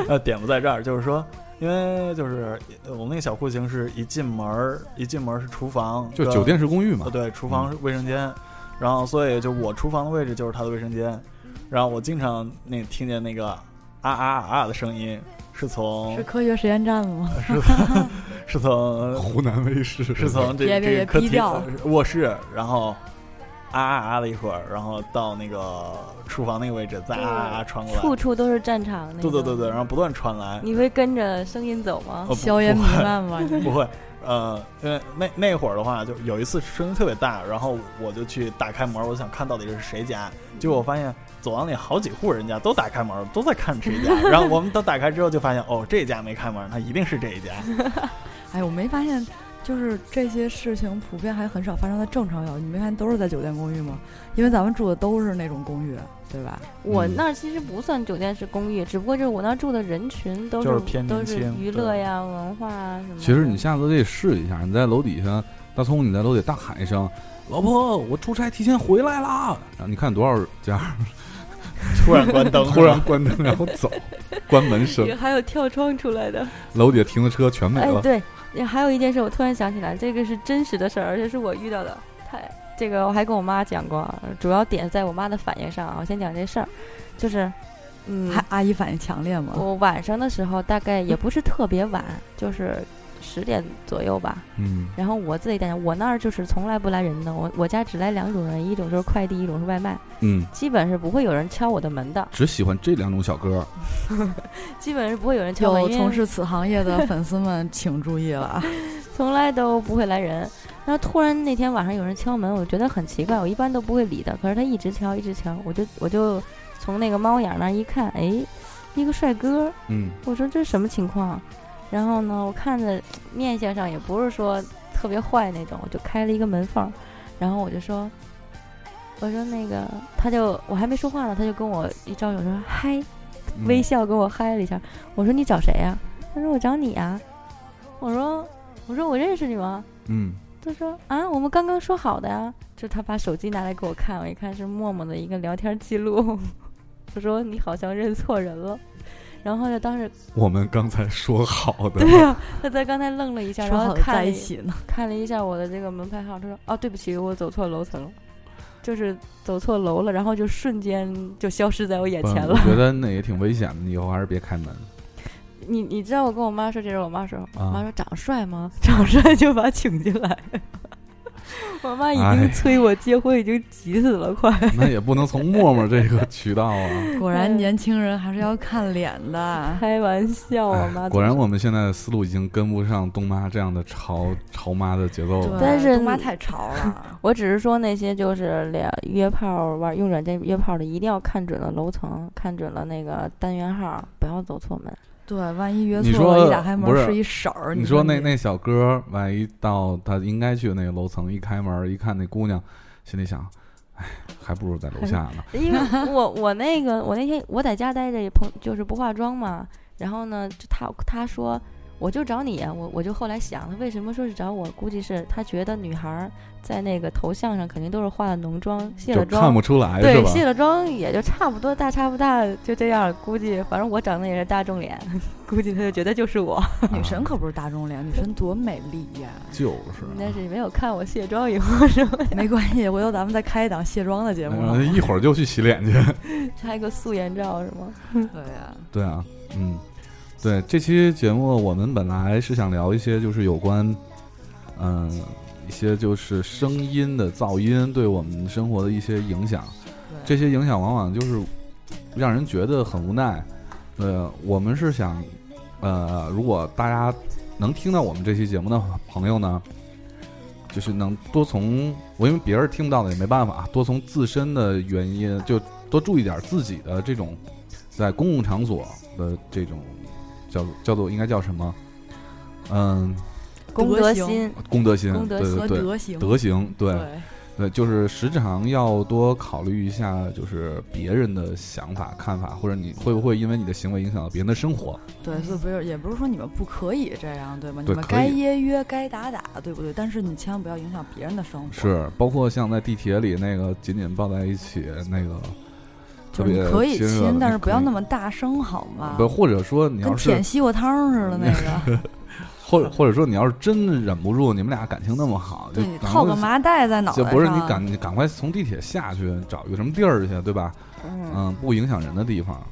呃，点不在这儿，就是说，因为就是呃我们那个小户型是一进门儿，一进门儿是厨房，就跟酒店式公寓呃嘛？对，厨房是卫生间，然后所以就我厨房的位置就是他的卫生间，然后我经常那听见那个啊啊啊啊的声音，是哦从是科学实验站吗？是是从湖南卫视是从这别别这别个客逼厅掉呃卧室，然后。啊啊啊了一会儿，然后到那个厨房那个位置，再啊啊啊传过来，处处都是战场。那对对对种对，然后不断传来，你会跟着声音走吗？哦呃硝烟弥漫吗？ 不不会，呃，因为那那会儿的话，就是有一次声音特别大，然后我就去打开门，我想看到底是谁家，结果我发现走廊里好几户人家都打开门，都在看谁 家。然后我们都打开之后就发现，哦，这家没开门，那一定是这一家。哎，我没发现，就是这些事情普遍还很少发生在正常小区。你没看都是在酒店公寓吗？因为咱们住的都是那种公寓，对吧？我嗯那儿其实不算酒店，是公寓，只不过就是我那儿住的人群都就是偏都年是轻娱对乐呀、文化啊什么的。其实你下次可以试一下，你在楼底下，大葱，你在楼底下大喊一声：“老婆，我出差提前回来啦！”然后你看多少家 突然关灯，突然关灯然后走，关门 声，还有跳窗出来的。楼底下停的车全没哎，了。对，也还有一件事，我突然想起来，这个是真实的事儿，而且是我遇到的。太这个我还跟我妈讲过啊，主要点在我妈的反应上啊。我先讲这事儿，就是，嗯，还阿姨反应强烈吗？我晚上的时候大概也不是特别晚，就是十点左右吧。嗯，然后我自己带着，我那儿就是从来不来人的，我我家只来两种人，一种就是快递，一种是外卖，嗯，基本是不会有人敲我的门的，只喜欢这两种小歌。基本是不会有人敲我，有因为从事此行业的粉丝们请注 意了啊！从来都不会来人。然后突然那天晚上有人敲门，我觉得很奇怪，我一般都不会理的，可是他一直敲，一直敲，我就我就从那个猫眼儿那儿一看，哎，一个帅哥，嗯我说这什么情况？然后呢，我看着面相上也不是说特别坏那种，我就开了一个门缝儿，然后我就说，我说那个，他就我还没说话呢，他就跟我一招手说嗨，嗯微笑跟我嗨了一下。我说你找谁呀、他说我找你啊。我说我说我认识你吗？嗯，他说啊，我们刚刚说好的呀、就是他把手机拿来给我看，我一看是默默的一个聊天记录。 我说你好像认错人了，然后就当时我们刚才说好的，对啊，他在刚才愣了一下，说然好后的看在了一一起呢，看了一下我的这个门牌号，他说：“哦，对不起，我走错楼层，就是走错楼了。”然后就瞬间就消失在我眼不前嗯我了。觉得那也挺危险的，你以后还是别 开门。你你知道我跟我妈说这事，我妈说：“啊我妈说长帅吗？长帅就把他请进来。” 我妈已哎经催我结婚，已经急死了，快。 那也不能从陌陌这个渠道啊。 果然年轻人还是要看脸的。开玩笑， 我哎妈果然总是我们现在的思路已经跟不上东妈这样的潮潮妈的节奏 对了。但是，东妈太潮了我只是说那些就是俩约炮玩用软件约炮的，一定要看准了楼层，看准了那个单元号，不要走错门。 对，万一约你错了，说一打开不门是是一婶儿，你你说那那小哥，万一到他应该去的那个楼层，一开门一看那姑娘，心里想，哎，还不如在楼下呢。因 为我我那个我那天我在家待着也朋就是不化妆嘛，然后呢，就他他说我就找你啊，我我就后来想他为什么说是找我，估计是他觉得女孩儿在那个头像上肯定都是化了浓妆、卸就了看妆不，出来是对，吧？卸了妆也就差不多大差不大就这样，估计反正我长得也是大众脸， 估计他就觉得就是我。啊女神可不是大众脸，女 神多美丽呀！就是但是你没有看我卸妆以后是 吧？没关系，回头咱们再开一档卸妆的节目。啊，一会儿就去洗脸去。拍个素颜照是吗？哎对呀，对啊，嗯，对，这期节目我们本来是想聊一些就是有关，嗯、一些就是声音的噪音对我们生活的一些影响，这些影响往往就是让人觉得很无奈。呃，我们是想，呃，如果大家能听到我们这期节目的朋友呢，就是能多从我因为别人听不到的也没办法，多从自身的原因就多注意点自己的这种在公共场所的这种叫叫做应该叫什么？嗯，公德德行心，公德心，公德心对和对对，德行，德行，对对对，就是时常要多考虑一下，就是别人的想法、看法，或者你会不会因为你的行为影响到别人的生活？对，所以不是也不是说你们不可以这样，对吧？对你们可该以约约，该打打，对不对？但是你千万不要影响别人的生活，是，包括像在地铁里那个紧紧抱在一起那个，特就是你别可以亲热的亲，但是不要那么么大声，好吗？不，或者说你跟要是舔，西瓜汤似 的那个，或者或者说你要是真的忍不住，你们俩感情那么好，就对你赶套快个麻袋在脑袋就上，不是你赶你赶快从地铁下去，找一个什么地儿去，对吧？嗯，嗯，不影响人的地方，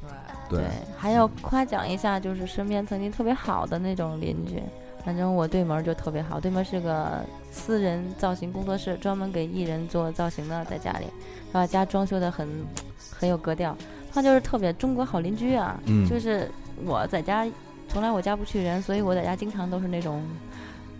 对，还要夸奖一下，就是身边曾经特别好的那种邻居。反正我对门儿就特别好，对门儿是个私人造型工作室，专门给艺人做造型的，在家里，然后家装修的很很有格调。他就是特别中国好邻居啊，嗯就是我在家从来我家不去人，所以嗯我在家经常都是那种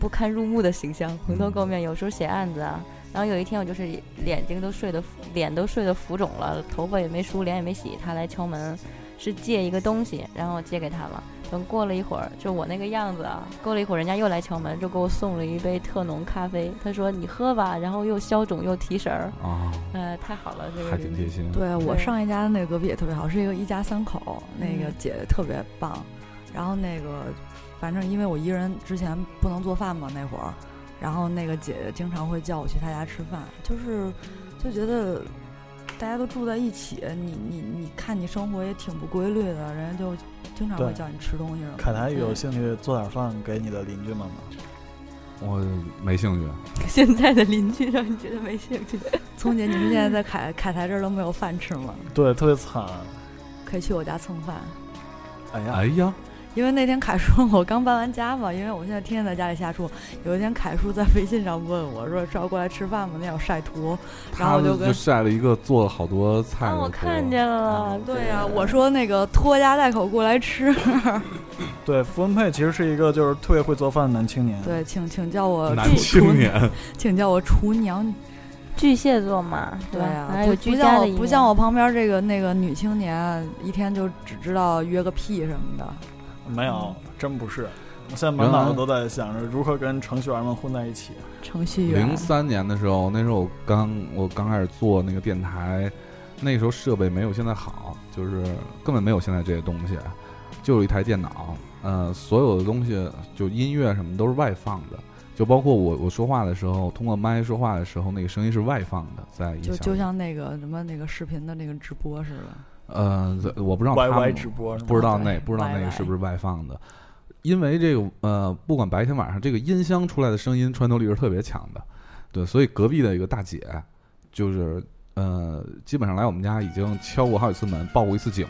不堪入目的形象，蓬头垢面，有时候写案子啊，然后有一天我就是眼睛都睡得脸都睡得浮肿了，头发也没梳，脸也没洗，他来敲门，是借一个东西，然后我借给他了。等过了一会儿，就我那个样子啊，过了一会儿人家又来敲门，就给我送了一杯特浓咖啡，他说你喝吧，然后又消肿又提神儿，啊，呃，太好了，这个还挺人贴心。对我对上一家的那个隔壁也特别好，是一个一家三口，那个嗯姐姐特别棒。然后那个，反正因为我一个人之前不能做饭嘛，那会儿，然后那个姐姐经常会叫我去她家吃饭，就是就觉得大家都住在一起，你你你看你生活也挺不规律的，人家就经常会对叫你吃东西什么的。凯台有兴趣做点饭给你的邻居们吗？我没兴趣，啊现在的邻居让你觉得没兴趣。聪姐，你们现在在凯凯台这儿都没有饭吃吗？对，特别惨。可以去我家蹭饭。哎呀，哎呀，因为那天凯叔，我刚搬完家嘛，因为我现在天天在家里瞎住。有一天，凯叔在微信上问我说：“是要过来吃饭吗？”那有晒图。然他后我就就跟哦晒了一个做了好多菜的啊，图，我看见啊了。啊对呀、我说那个拖家带口过来吃。对，符文佩其实是一个就是特别会做饭的男青年。，对，请请叫我男厨青，年，请叫我厨娘。巨蟹座嘛，对吧？呀、还不有哎不居像家的一我面不像我旁边这个那个女青年，一天就只知道约个屁什么的。没有，真不是。我现在满脑子都在想着如何跟程序员们混在一起。程序员零三年的时候，那时候我刚我刚开始做那个电台，那时候设备没有现在好，就是根本没有现在这些东西，就有一台电脑，呃，所有的东西就音乐什么都是外放的，就包括我我说话的时候，通过麦说话的时候，那个声音是外放的，在音就响就里像那个什么那个视频的那个直播似的。呃，我不知道他 YY 们直播是吗不知道对那不知道那个 YY 是不是外放的，因为这个呃，不管白天晚上，这个音箱出来的声音穿透力是特别强的，对，所以隔壁的一个大姐，就是呃，基本上来我们家已经敲过好几次门，报过一次警，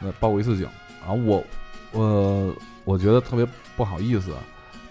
呃，报过一次警，然后我我我觉得特别不好意思，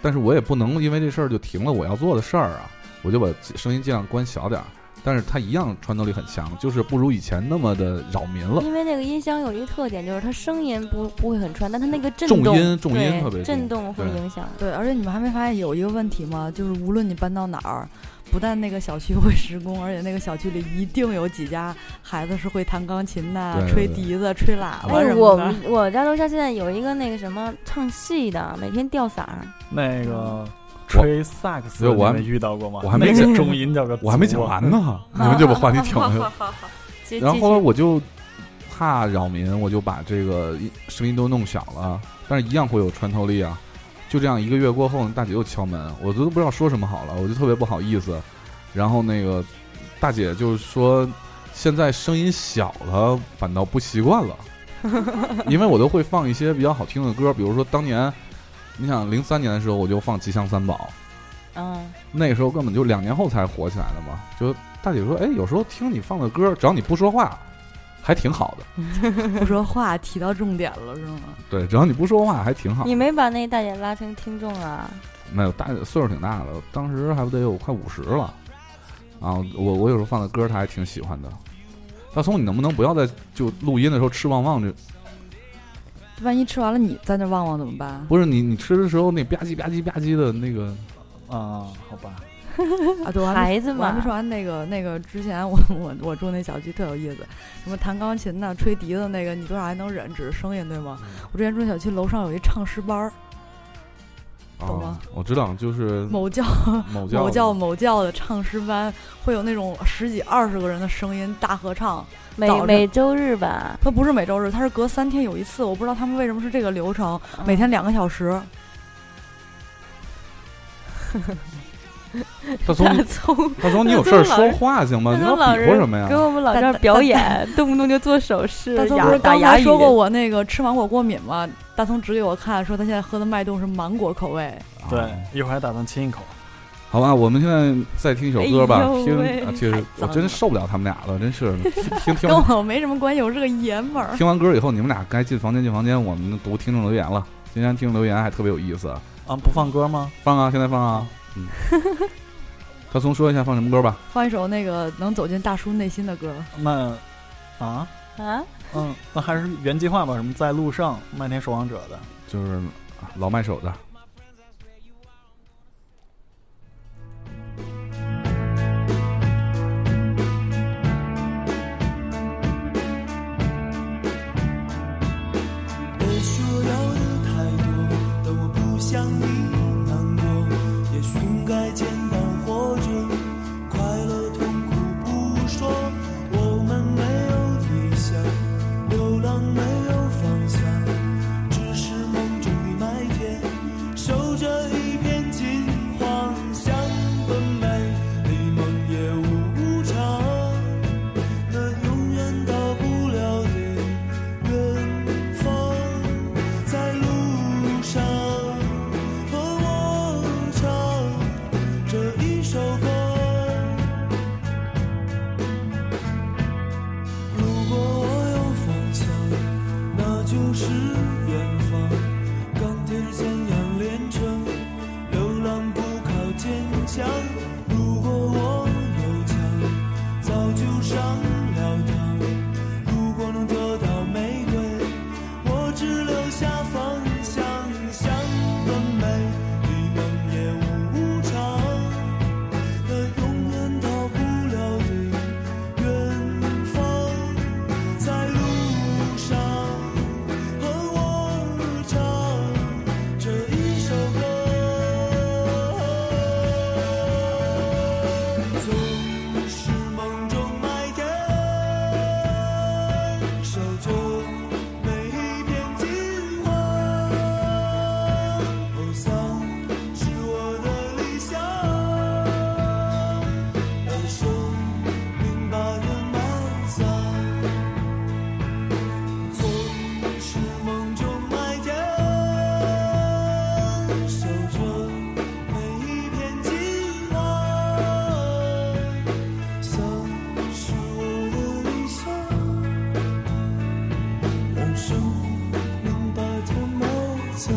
但是我也不能因为这事儿就停了我要做的事儿啊，我就把声音尽量关小点儿。但是它一样穿透力很强，就是不如以前那么的扰民了。因为那个音箱有一个特点，就是它声音不不会很穿，但它那个震重动，音重音对特别重震动会对啊影响。对，而且你们还没发现有一个问题吗？就是无论你搬到哪儿，不但那个小区会施工，而且那个小区里一定有几家孩子是会弹钢琴的、对对吹对笛子、吹喇叭哎什，么 我的。们我家楼下现在有一个那个什么唱戏的，每天吊嗓儿，那个吹萨克斯，对我还你们遇到过吗？我还没那讲个中音叫个，啊我还没讲完。 呢，你们就把啊话题挑了。接然后接后来我就怕扰民，我就把这个音声音都弄小了，但是一样会有穿透力啊。就这样一个月过后，大姐又敲门，我都不知道说什么好了，我就特别不好意思。然后那个大姐就说，现在声音小了，反倒不习惯 了，因为我都会放一些比较好听的歌，比如说当年，你想零三年的时候，我就放《吉祥三宝》。嗯，那个时候根本就两年后才火起来的嘛。就大姐说，哎，有时候听你放的歌，只要你不说话，还挺好的。不说话，提到重点了是吗？对，只要你不说话，还挺好你。没把那大姐拉成听众啊？没有大姐岁数挺大的，当时还不得有快五十了啊。我我有时候放的歌，她还挺喜欢的。大松，你能不能不要在就录音的时候吃旺旺这？万一吃完了你在那旺旺怎么办？不是你你吃的时候那吧唧吧唧吧唧的那个，啊，好吧，啊，对，我还没孩子我还没嘛说，完那个那个之前我我我住那小区特有意思，什么弹钢琴的、吹笛子那个，你多少还能忍，只是声音对吗？嗯我之前住小区楼上有一唱诗班儿，懂啊吗，我知道，就是某教某教某某教某教的唱诗班，会有那种十几二十个人的声音大合唱。每早上每周日吧，它不是每周日，它是隔三天有一次。我不知道他们为什么是这个流程，每天两个小时。大松，大 你葱大松，你有大事儿松老说师话行吗？大你松老老比划师什么呀给？我们老大这儿大表大演，动不动就做手势大，松不哑是打刚哑才语。说过我那个吃芒果过敏吗？大松指给我看，说他现在喝的脉动是芒果口味。对啊，一会儿还打算亲一口。好吧，我们现在再听一首歌吧哎。呦听喂啊，其实我脏真了受不了他们俩了，真是听听听跟完我没什么关系，我是个爷们儿。听完歌以后，你们俩该进房间进房间，我们读听众留言了。今天听众留言还特别有意思，啊，不放歌吗？放啊，现在放啊。 嗯，大松说一下放什么歌吧。放一首那个能走进大叔内心的歌，那啊，啊，嗯，那还是原计划吧，什么在路上、麦田守望者的。就是老麦手的。应该简单活着，快乐痛苦不说，我们没有理想，流浪没有方向，只是梦中的麦田，守着一片金黄，香本美丽，梦也无常，那永远到不了的远方，在路上。和我唱这一首歌。如果我有方向，那就是远方。钢铁三样连成，流浪不靠坚强。如果我有枪，早就上了膛。如果能得到玫瑰。我只留下方向，想的美丽梦也无常，那永远到不了的远方，在路上和我唱这一首歌，总是梦中麦田。守着每一片金黄，偶像是我的理想，而生命把人埋葬，总是梦中麦田，守着每一片金黄，像是我的理想。让生命把它埋葬。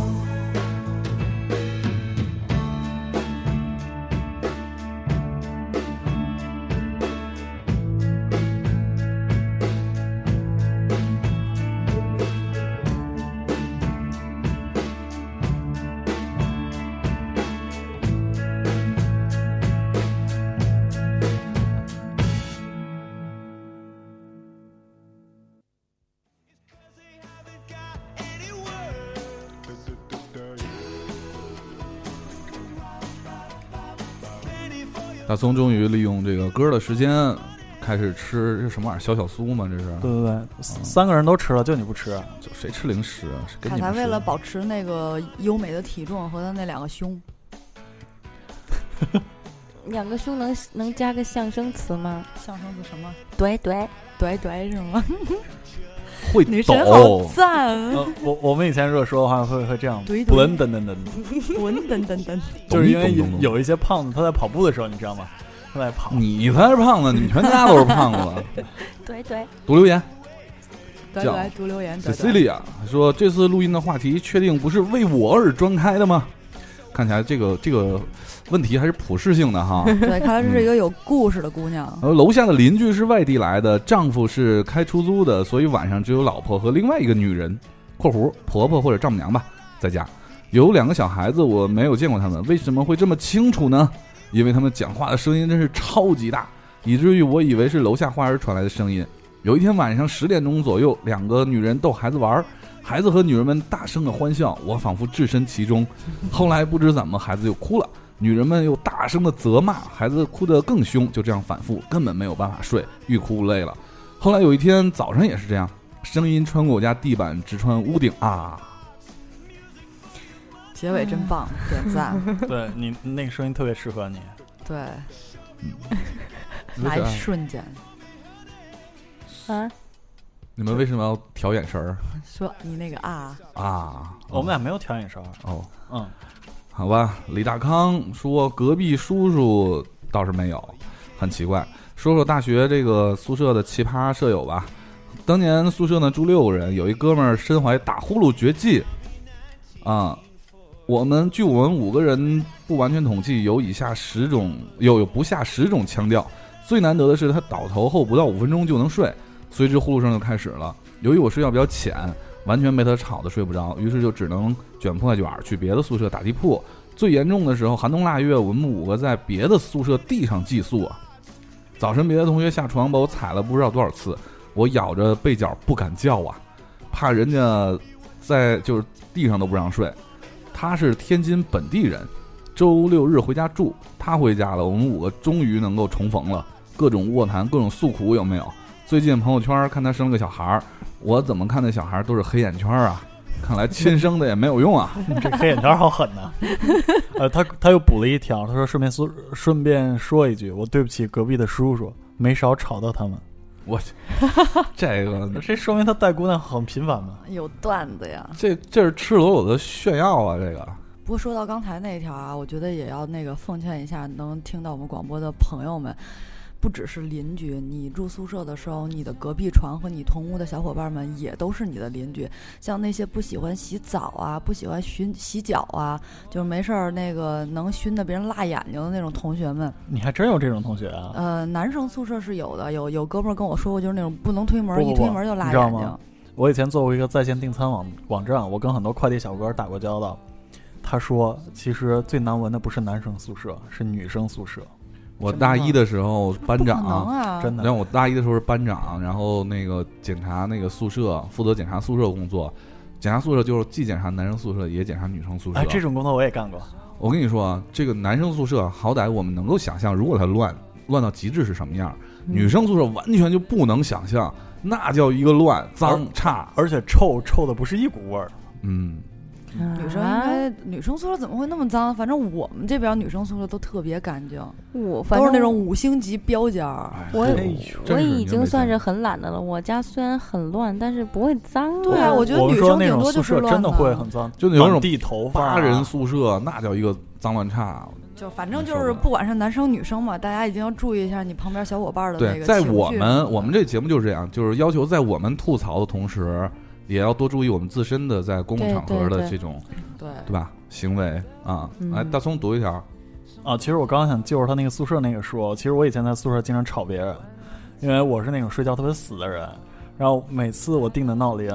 大松终于利用这个歌的时间，开始吃这什么玩意儿？小小酥吗？这是？对对对，嗯三三个人都吃了，就你不吃。就谁吃零食啊？谁跟凯你才们为说了保持那个优美的体重和他那两个胸，两个胸能能加个象声词吗？象征着什么？怼怼，怼怼是吗？会 女神好抖，赞，呃，我我们以前热说的话会会这样，怼怼滚等等等，滚等等等，就是因为懂懂嗯懂有一些胖子他在跑步的时候，你知道吗？他在 跑，你才是胖子，你们全家都是胖 子。怼怼，读留言怼叫怼读留言，怼怼。 ，Cecilia 说这次录音的话题确定不是为我而专开的吗？看起来这个这个问题还是普适性的哈。对，看来这是一个有故事的姑娘。呃，楼下的邻居是外地来的，丈夫是开出租的，所以晚上只有老婆和另外一个女人（括弧婆婆或者丈母娘吧）在家。有两个小孩子，我没有见过他们，为什么会这么清楚呢？因为他们讲话的声音真是超级大，以至于我以为是楼下花园传来的声音。有一天晚上十点钟左右，两个女人逗孩子玩儿，孩子和女人们大声的欢笑，我仿佛置身其中。后来不知怎么，孩子就哭了。女人们又大声的责骂，孩子哭得更凶，就这样反复，根本没有办法睡，欲哭无泪了。后来有一天早上也是这样，声音穿过我家地板，直穿屋顶啊！结尾真棒，点赞。对你那个声音特别适合你。对，嗯，那一瞬间啊，你们为什么要调眼神儿说你那个啊，啊？我们俩没有调眼勺，哦，嗯，好吧。李大康说隔壁叔叔倒是没有，很奇怪。说说大学这个宿舍的奇葩舍友吧。当年宿舍呢住六个人，有一哥们儿身怀打呼噜绝技，啊，我们据我们五个人不完全统计，有以下十种，有有不下十种腔调。最难得的是他倒头后不到五分钟就能睡，随之呼噜声就开始了。由于我睡觉比较浅，完全被他吵得睡不着，于是就只能卷铺盖卷儿去别的宿舍打地铺。最严重的时候，寒冬腊月，我们五个在别的宿舍地上寄宿啊。早晨，别的同学下床把我踩了不知道多少次，我咬着被角不敢叫啊，怕人家在就是地上都不让睡。他是天津本地人，周六日回家住，他回家了，我们五个终于能够重逢了，各种卧谈，各种诉苦，有没有？最近朋友圈看他生了个小孩儿，我怎么看那小孩儿都是黑眼圈啊，看来亲生的也没有用 啊。 这黑眼圈好狠呐、呃，他他又补了一条，他说顺便说顺便说一句，我对不起隔壁的叔叔，没少吵到他们。我去，这个这说明他带姑娘很频繁嘛。有段子呀。这这是赤裸裸的炫耀啊！这个不过说到刚才那一条啊，我觉得也要那个奉劝一下能听到我们广播的朋友们，不只是邻居，你住宿舍的时候，你的隔壁床和你同屋的小伙伴们也都是你的邻居。像那些不喜欢洗澡啊、不喜欢熏洗脚啊，就是没事儿那个能熏得别人辣眼睛的那种同学们，你还真有这种同学啊？呃，男生宿舍是有的，有有哥们儿跟我说过，就是那种不能推门，不一不不推门就辣你知道眼吗睛。我以前做过一个在线订餐网网站，我跟很多快递小哥打过交道。他说，其实最难闻的不是男生宿舍，是女生宿舍，我大一的时候，班不可能长，啊！真的。然后我大一的时候是班长，然后那个检查那个宿舍，负责检查宿舍工作。检查宿舍就是既检查男生宿舍，也检查女生宿舍。哎，这种工作我也干过。我跟你说啊，这个男生宿舍好歹我们能够想象，如果它乱乱到极致是什么样，嗯女生宿舍完全就不能想象，那叫一个乱、脏、差。而且臭臭的不是一股味儿，嗯，女生应啊该，女生宿舍怎么会那么脏？反正我们这边女生宿舍都特别干净，我反都正是那种五星级标间儿。哎我这哎呦真我是已你就经没算见是过很懒的了。我家虽然很乱，但是不会脏。对啊，我我觉得们女说生那顶种多宿就是舍乱真的会了很脏，就有那种满地头发、啊八人宿舍，那叫一个脏乱差。就反正你就说是吧不管是男生女生嘛，大家一定要注意一下你旁边小伙伴的那对，个在情我绪们我们这节目就是这样，就是要求在我们吐槽的同时，也要多注意我们自身的在公共对场对合的对这种对对吧行为啊。来，嗯大葱读一条，啊，其实我刚刚想就着他那个宿舍那个说，其实我以前在宿舍经常吵别人，因为我是那种睡觉特别死的人，然后每次我定的闹铃，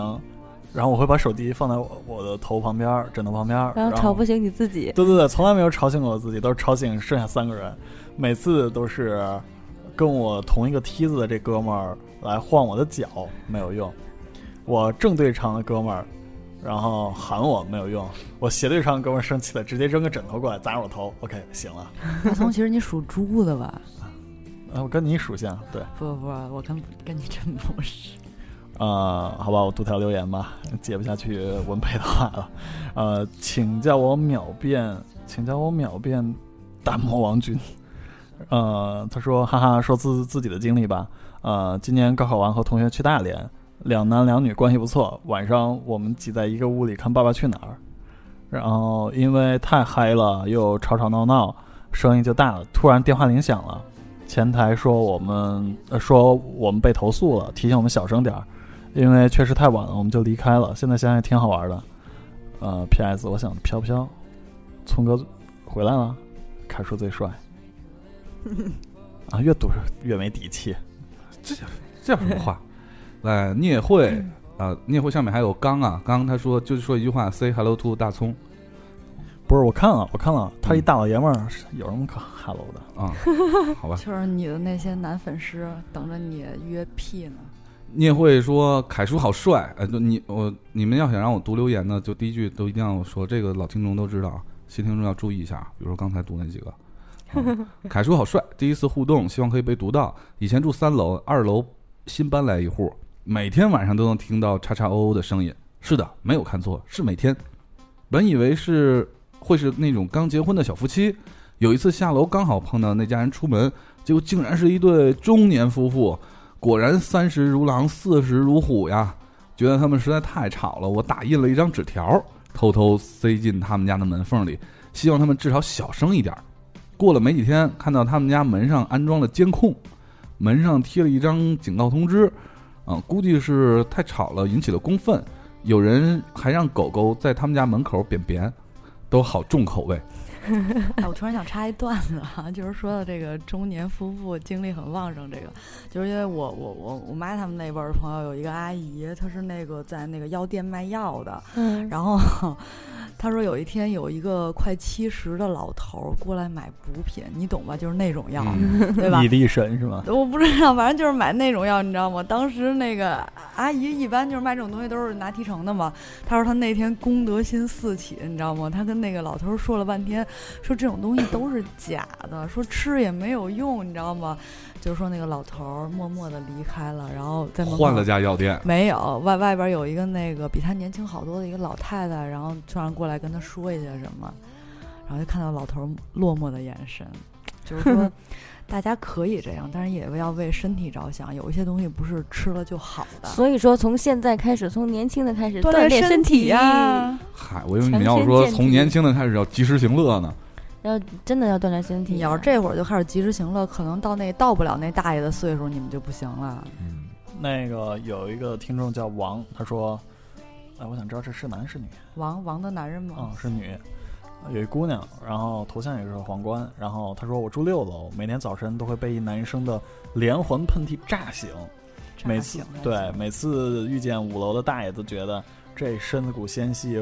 然后我会把手机放在我我的头旁边儿、枕头旁边儿，然后吵不醒你自己，对对对，从来没有吵醒过我自己，都是吵醒剩下三个人，每次都是跟我同一个梯子的这哥们儿来晃我的脚，没有用；我正对长的哥们儿，然后喊我没有用；我斜对长的哥们儿生气了，直接扔个枕头过来砸我头，OK，行了。大葱，其实你属猪的吧？啊，我跟你属相，对，不不，我跟跟你真不是。呃，好吧，我读条留言吧，接不下去文配的话了，呃，请叫我秒变，请叫我秒变大魔王君，呃，他说，哈哈，说自自己的经历吧，呃，今年高考完和同学去大连，两男两女关系不错，晚上我们挤在一个屋里看《爸爸去哪儿》，然后因为太嗨了，又吵吵闹闹，声音就大了，突然电话铃响了。前台说我们、呃、说我们被投诉了，提醒我们小声点儿，因为确实太晚了，我们就离开了。现在想想也挺好玩的。呃，P.S. 我想飘飘，聪哥回来了，凯叔最 帅。啊，越读越没底气。这有什么话？来，聂慧啊，聂慧上面还有刚啊，刚他说就是说一句话，say hello to 大葱不是，我看了，我看了，他一嗯大老爷们儿，有什么可 hello 的？啊，好吧。就是你的那些男粉丝等着你约屁呢。聂慧说：“凯叔好帅。”呃，就你我你们要想让我读留言呢，就第一句都一定要说，这个老听众都知道，新听众要注意一下。比如说刚才读那几个，嗯凯叔好帅，第一次互动，希望可以被读到。以前住三楼，二楼新搬来一户，每天晚上都能听到叉叉哦哦的声音。是的，没有看错，是每天。本以为是会是那种刚结婚的小夫妻，有一次下楼刚好碰到那家人出门，结果竟然是一对中年夫妇。果然三十如狼，四十如虎呀！觉得他们实在太吵了，我打印了一张纸条，偷偷塞进他们家的门缝里，希望他们至少小声一点儿。过了没几天，看到他们家门上安装了监控，门上贴了一张警告通知，啊、估计是太吵了引起了公愤，有人还让狗狗在他们家门口便便，都好重口味。哎，我突然想插一段子啊，就是说到这个中年夫妇精力很旺盛，这个就是因为我我我我妈他们那辈儿的朋友有一个阿姨，她是那个在那个药店卖药的，嗯，然后她说有一天有一个快七十的老头儿过来买补品，你懂吧？就是那种药，嗯对吧以？力神是吗？我不知道，反正就是买那种药，你知道吗？当时那个阿姨一般就是卖这种东西都是拿提成的嘛。她说她那天功德心四起，你知道吗？她跟那个老头说了半天，说这种东西都是假的，说吃也没有用，你知道吗？就说那个老头儿默默的离开了，然后在门口换了家药店，没有外外边有一个那个比他年轻好多的一个老太太，然后突然过来跟他说一些什么，然后就看到老头儿落寞的眼神，就是说 大家可以这样，但是也要为身体着想，有一些东西不是吃了就好的。所以说，从现在开始，从年轻的开始锻锻炼炼身体呀、嗨，我以为你要说从年轻的开始要及时行乐呢。要真的要锻炼身体。你要是这会儿就开始及时行乐，可能到那到不了那大爷的岁数，你们就不行了。嗯，那个有一个听众叫王，他说：“哎，我想知道这是男是女？王王的男人啊、吗？是女。有一姑娘，然后头像也是皇冠，然后她说我住六楼，每天早晨都会被一男生的连环喷嚏炸醒，炸每次醒了对，每次遇见五楼的大爷都觉得这身子骨纤细，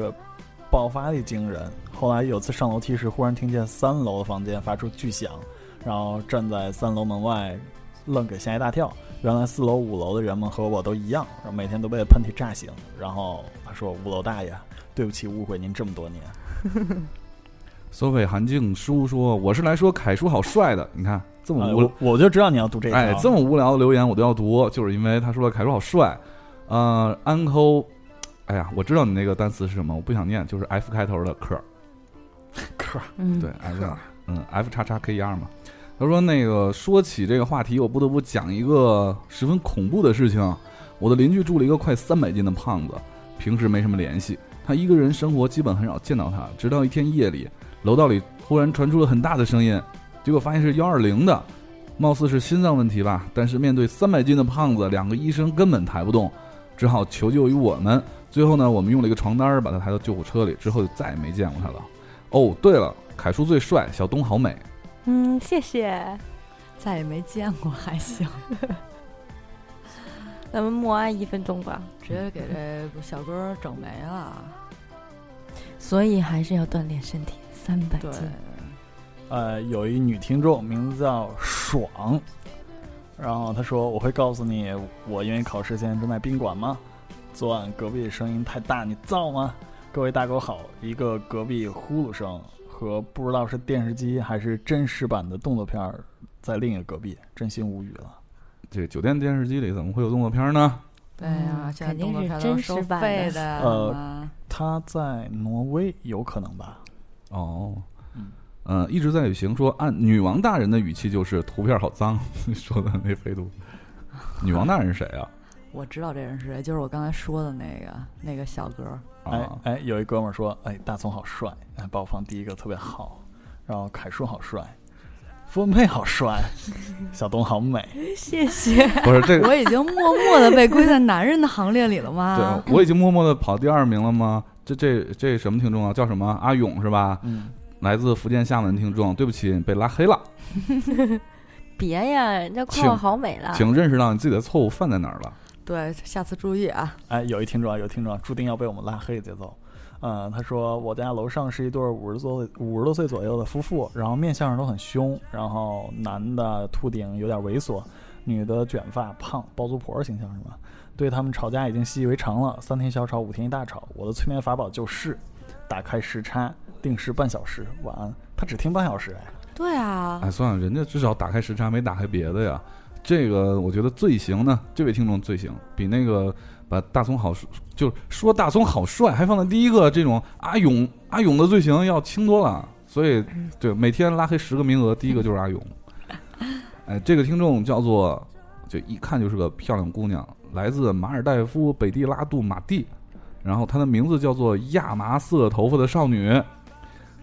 爆发力惊人。后来有次上楼梯时，忽然听见三楼的房间发出巨响，然后站在三楼门外，愣给吓一大跳。原来四楼、五楼的人们和我都一样，然后每天都被喷嚏炸醒。然后他说：“五楼大爷，对不起，误会您这么多年。所谓韩静书说：“我是来说凯叔好帅的，你看这么哎无聊我我就知道你要读这条。啊哎，这么无聊的留言我都要读，就是因为他说了凯叔好帅。呃，uncle，哎呀，我知道你那个单词是什么，我不想念，就是 F 开头的克儿，可嗯，对，F 嗯 F 叉叉 K E R 嘛。他说那个说起这个话题，我不得不讲一个十分恐怖的事情。我的邻居住了一个快三百斤的胖子，平时没什么联系，他一个人生活，基本很少见到他。直到一天夜里，楼道里忽然传出了很大的声音，结果发现是幺二零的，貌似是心脏问题吧。但是面对三百斤的胖子，两个医生根本抬不动，只好求救于我们。最后呢，我们用了一个床单儿把他抬到救护车里，之后就再也没见过他了。哦，对了，凯叔最帅，小东好美。嗯，谢谢。再也没见过，还行。咱们默哀一分钟吧。直接给这小哥整没了。所以还是要锻炼身体，三百对，斤。呃，有一女听众名字叫爽，然后她说：“我会告诉你，我因为考试现在正在宾馆吗？昨晚隔壁声音太大，你造吗？”各位大狗好，一个隔壁呼噜声和不知道是电视机还是真实版的动作片儿在另一个隔壁，真心无语了。这酒店电视机里怎么会有动作片呢？对呀、嗯现在肯定动作是片都真收实版费的的。呃啊他在挪威有可能吧？哦嗯，呃，一直在旅行说，按女王大人的语气就是图片好脏， 说的那飞度。女王大人是谁啊？我知道这人是谁，就是我刚才说的那个那个小哥。 哎啊，哎，有一哥们儿说，哎，大葱好帅，哎，把我放第一个特别好，然后凯叔好帅， 傅文佩好帅，小东好美，谢谢。不是这 个，我已经默默的被归在男人的行列里了吗？对我已经默默的跑第二名了吗？这这这什么听众啊？叫什么？阿勇是吧？嗯，来自福建厦门听众，对不起，被拉黑了，别呀，人家夸请我好美了。请认识到你自己的错误犯在哪儿了。对下次注意啊。哎，有一听众啊，有听众啊注定要被我们拉黑的节奏。呃，他说我家楼上是一对五十多五十多岁左右的夫妇，然后面相上都很凶，然后男的秃顶有点猥琐，女的卷发胖，包租婆形象是吧？对他们吵架已经习以为常了，三天小吵五天一大吵。我的催眠法宝就是打开时差，定时半小时，晚安。他只听半小时哎。对啊，哎，算了，人家至少打开时差，没打开别的呀。这个我觉得罪行呢，这位听众罪行比那个把大葱好，就是说大葱好帅，还放在第一个这种阿勇阿勇的罪行要轻多了。所以，对每天拉黑十个名额，第一个就是阿勇。哎，这个听众叫做，就一看就是个漂亮姑娘，来自马尔代夫北地拉杜马蒂，然后她的名字叫做亚麻色头发的少女。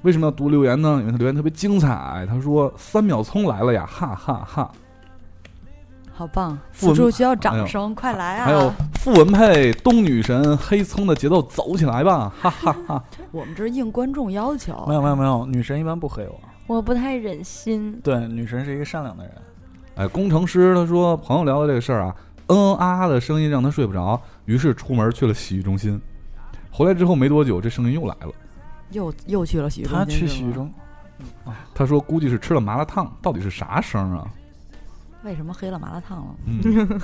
为什么要读留言呢？因为他留言特别精彩。他说：“三秒葱来了呀，哈哈哈好棒！傅文此处需要哎掌呦声，快来！”啊！还有傅文佩、东女神、黑葱的节奏走起来吧，哈哈哈！我们这是应观众要求。没有没有没有，女神一般不黑我。我不太忍心。对，女神是一个善良的人。哎， 工程师他说朋友聊到这个事儿啊，嗯嗯啊啊的声音让他睡不着，于是出门去了洗浴中心。回来之后没多久，这声音又来了。又又去了洗浴中心，他去洗浴是吗中，他说估计是吃了麻辣烫，到底是啥声啊？为什么黑了麻辣烫了？嗯，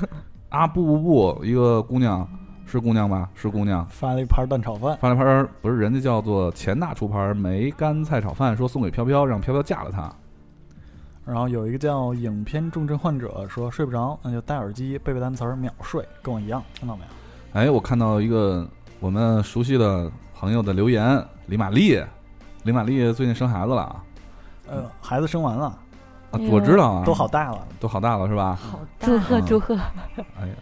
啊不不不，一个姑娘，是姑娘吧？是姑娘。发了一盘蛋炒饭，发了盘儿不是人家叫做钱大厨盘梅干菜炒饭，说送给飘飘，让飘飘嫁了他。然后有一个叫影片重症患者说睡不着，那就戴耳机背背单词儿秒睡，跟我一样，听到没有？哎，我看到一个我们熟悉的朋友的留言，李玛丽，李玛丽最近生孩子了啊，呃，孩子生完了，啊哎呦我知道啊，都好大了，都好大了是吧？好大祝贺祝贺！哎呀，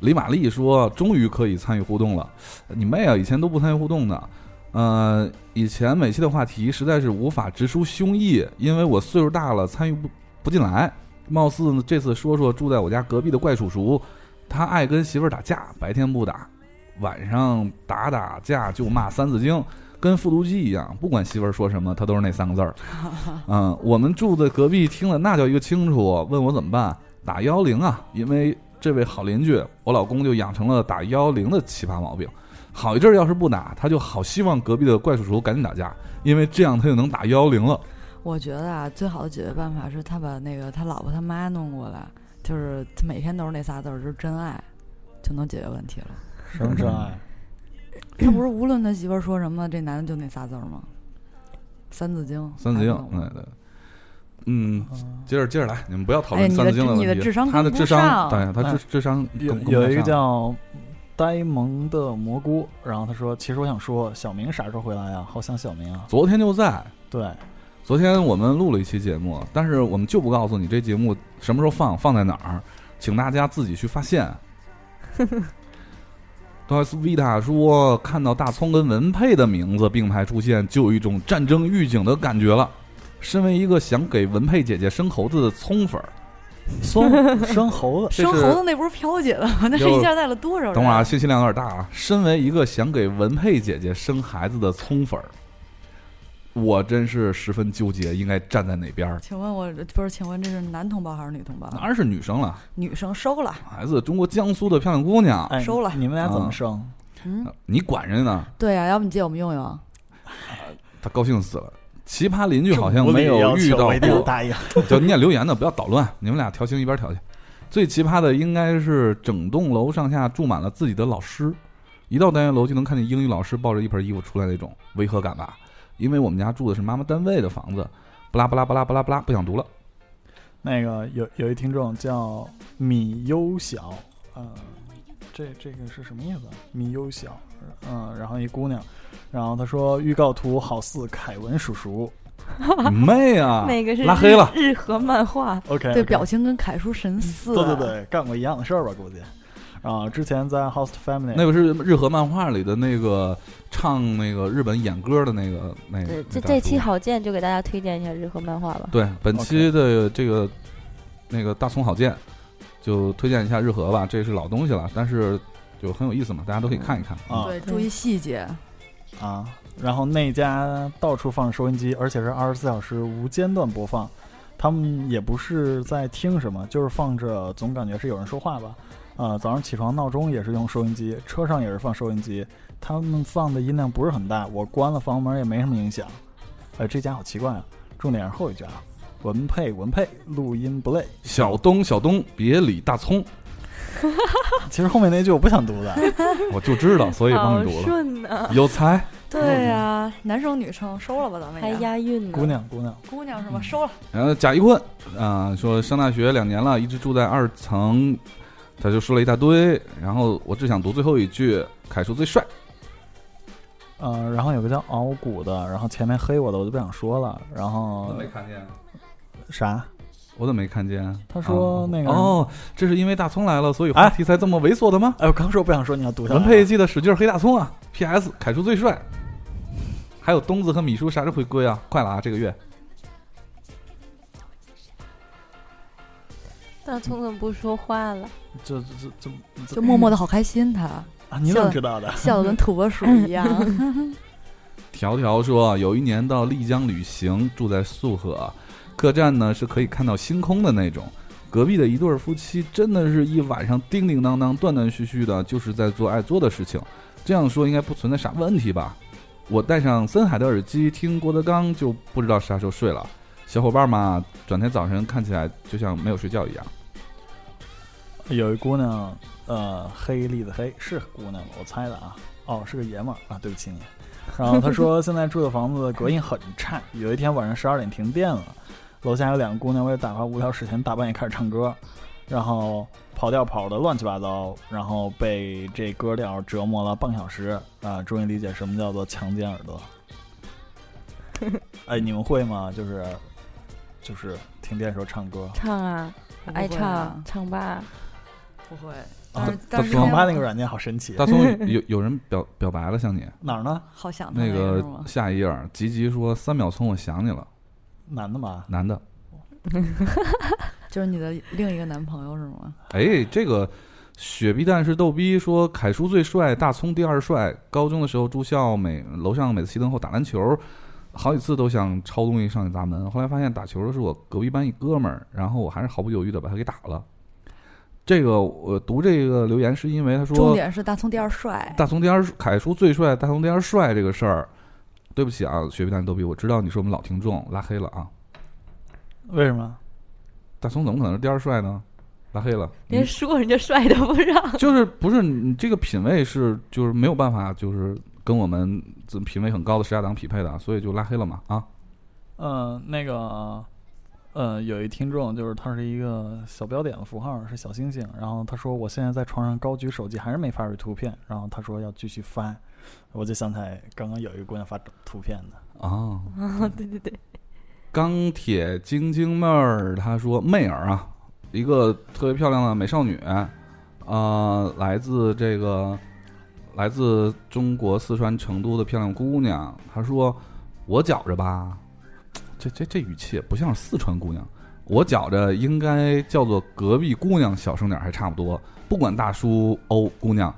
李玛丽说，终于可以参与互动了。你妹啊，以前都不参与互动的。呃，以前每期的话题实在是无法直抒胸臆，因为我岁数大了，参与不不进来。貌似呢这次说说住在我家隔壁的怪叔叔，他爱跟媳妇儿打架，白天不打，晚上打打架就骂《三字经》，跟复读机一样，不管媳妇儿说什么，他都是那三个字儿。嗯，我们住的隔壁听了那叫一个清楚，问我怎么办，打幺幺零啊，因为这位好邻居，我老公就养成了打幺幺零的奇葩毛病。好一阵儿要是不打，他就好希望隔壁的怪叔叔赶紧打架，因为这样他就能打幺幺零了。我觉得啊，最好的解决办法是他把那个他老婆他妈弄过来，就是他每天都是那仨字儿，就是真爱，就能解决问题了。什么真啊爱？他不是无论他媳妇儿说什么，这男的就那仨字儿吗？三字经， 《三字经》嗯还不懂对对，嗯，嗯接着接着来，你们不要讨哦哎论《你的三字经》智问你的题。智商他的跟不智商，上嗯对，他智智商有跟跟不有一个上叫呆萌的蘑菇，然后他说，其实我想说，小明啥时候回来呀、好想小明啊。昨天就在，对，昨天我们录了一期节目，但是我们就不告诉你这节目什么时候放，放在哪儿，请大家自己去发现。d o s Vita 说，看到大葱跟文佩的名字并排出现，就有一种战争预警的感觉了。身为一个想给文佩姐姐生猴子的葱粉儿，松生猴子，这生是猴子那不是飘姐了吗？那是有一下带了多少人？等会儿啊，信息量有点大啊。身为一个想给文佩姐姐生孩子的葱粉儿，我真是十分纠结，应该站在哪边儿？请问我不是？请问这是男同胞还是女同胞？当然是女生了，女生收了，来自中国江苏的漂亮姑娘。哎，收了你们俩怎啊么生？嗯，你管人家呢？对啊呀、要不你借我们用用？他高兴死了。奇葩邻居好像没有遇到我一定要过，答应。就你俩留言呢，不要捣乱，你们俩调情一边调去。最奇葩的应该是整栋楼上下住满了自己的老师，一到单元楼就能看见英语老师抱着一盆衣服出来那种违和感吧？因为我们家住的是妈妈单位的房子，不啦不啦不啦不啦不啦，不想读 了。那个有有一听众叫米优小，呃，这这个是什么意思啊？米优小，嗯、然后一姑娘，然后她说预告图好似凯文叔叔你妹 啊！那个是拉黑了日 日和漫画，哎，OK，嗯对，表啊情跟凯叔神似、对对，对，干过一样的事儿吧，估计。啊，之前在 Host Family 那个是日和漫画里的那个唱那个日本演歌的那个那个。对，那嗯这大这叔期好见就给大家推荐一下日和漫画吧。对，本期的这个那个大葱好剑，就推荐一下日和吧，这是老东西了，但是就很有意思嘛，大家都可以看一嗯看。啊对，注意细节。啊，然后那家到处放收音机，而且是二十四小时无间断播放。他们也不是在听什么，就是放着，总感觉是有人说话吧。呃，早上起床闹钟也是用收音机，车上也是放收音机。他们放的音量不是很大，我关了房门也没什么影响。呃，这家好奇怪啊！重点是后一句啊，文配文配，录音不累。 小东，小东，别理大葱，其实后面那句我不想读的，我就知道，所以帮你读了。顺啊呢，有才，对呀、男生女生收了吧，咱们还也嗯押韵呢。姑娘姑娘，姑娘是吧？收了，然后贾一坤啊、说上大学两年了，一直住在二层，他就说了一大堆。然后我只想读最后一句：凯叔最帅。呃，然后有个叫敖古的，然后前面黑我的我就不想说了，然后看见？啥？我怎么没看见？他说啊那个哦，这是因为大葱来了，所以哎话题才这么猥琐的吗？哎，我刚说不想说，你要读下来文佩记得使劲儿黑大葱啊！P.S. 凯叔最帅，还有东子和米叔啥时候回归啊？快了啊，这个月大聪怎么不说话 了？这这这这就默默的好开心他， 啊，你怎么知道的？笑得跟土拨鼠一样。条条说，有一年到丽江旅行，住在宿舍，啊客栈呢是可以看到星空的那种。隔壁的一对儿夫妻真的是一晚上叮叮当当、断断续续的，就是在做爱做的事情。这样说应该不存在啥问题吧？我戴上森海的耳机听郭德纲，就不知道啥时候睡了。小伙伴嘛，转天早晨看起来就像没有睡觉一样。有一姑娘，呃，黑栗子黑是姑娘吧？我猜的啊。哦，是个爷们儿啊，对不起你。然后她说现在住的房子隔音很差，有一天晚上十二点停电了，楼下有两个姑娘为了打发无聊时间，大半夜开始唱歌，然后跑调跑的乱七八糟，然后被这歌调折磨了半个小时啊、终于理解什么叫做强奸耳朵。哎，你们会吗？就是就是停电时候唱歌。 唱啊，我 不爱会唱啊唱吧，嗯不会，啊但是但是大网吧现在那个软件好神奇，大葱 有有人表表白了，向你哪儿呢？好想他那个个啊是吗？下一页，吉吉说三秒钟我想你了，男的吗？男的，就是你的另一个男朋友是吗？哎，这个雪碧蛋是逗逼说凯叔最帅，大葱第二帅。高中的时候住校，每楼上每次熄灯后打篮球，好几次都想抄东西上你大门。后来发现打球的是我隔壁班一哥们儿，然后我还是毫不犹豫的把他给打了。这个我读这个留言是因为他重说点是大葱第二帅，大葱第二凯叔最帅，大葱第二帅这个事儿。对不起啊，雪碧蛋逗逼，我知道你是我们老听众，拉黑了啊。为什么？大葱怎么可能是第二帅呢？拉黑了，你连说人家帅都不让。 就是不是你这个品味是就是没有办法就是跟我们这品味很高的时下党匹配的，所以就拉黑了嘛啊。嗯，那个，呃，有一听众就是他是一个小标点的符号是小星星，然后他说我现在在床上高举手机还是没发出图片，然后他说要继续发，我就想起来刚刚有一个姑娘发图片的，啊，啊，对对对，钢铁晶晶妹儿她说妹儿啊，一个特别漂亮的美少女，呃，来自这个来自中国四川成都的漂亮姑娘，她说我觉着吧，这这这语气也不像是四川姑娘。我觉着应该叫做隔壁姑娘小声点儿还差不多。不管大叔欧姑娘，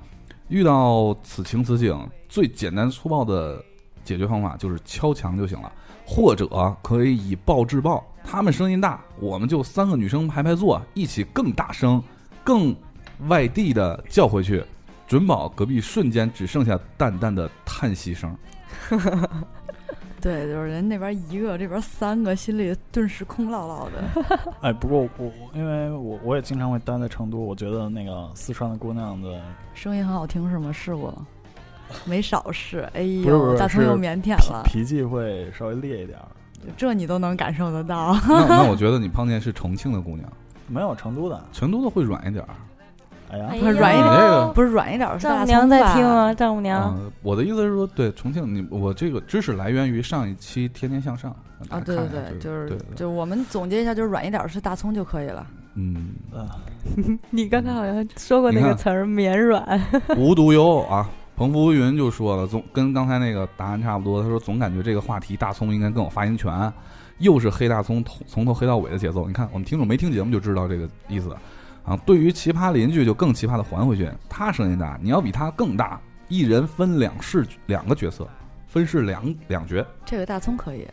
遇到此情此景，最简单粗暴的解决方法就是敲墙就行了，或者可以以暴制暴。他们声音大，我们就三个女生排排坐，一起更大声、更外地的叫回去，准保隔壁瞬间只剩下淡淡的叹息 声。对，就是人那边一个，这边三个，心里顿时空落落的。 哎，不过我因为我我也经常会待在成都，我觉得那个四川的姑娘的声音很好听是吗？试过了，没少试。哎不是不呦，是大葱是又腼腆了，脾脾气会稍微烈一点儿，这你都能感受得 到。那那我觉得你碰见是重庆的姑娘，没有成都的，成都的会软一点儿。啊哎呀，哎不是软一点呦儿不是软一点儿，是丈大母葱娘在吧听？吗？丈母娘，嗯，我的意思是说，对重庆，你我这个知识来源于上一期《天天向上》啊，对大对家看一下对，就这个是对对对就是我们总结一下，就是软一点儿是大葱就可以了。嗯，嗯、你刚才好像说过那你个看词儿“绵软 无独有偶啊，彭福云就说了，总跟刚才那个答案差不多。他说总感觉这个话题大葱应该更有发言权，又是黑大葱从从头黑到尾的节奏。你看我们听众没听节目就知道这个意思啊。对于奇葩邻居就更奇葩的还回去，他声音大，你要比他更大，一人分两饰两个角色，分饰两两角。这个大葱可以，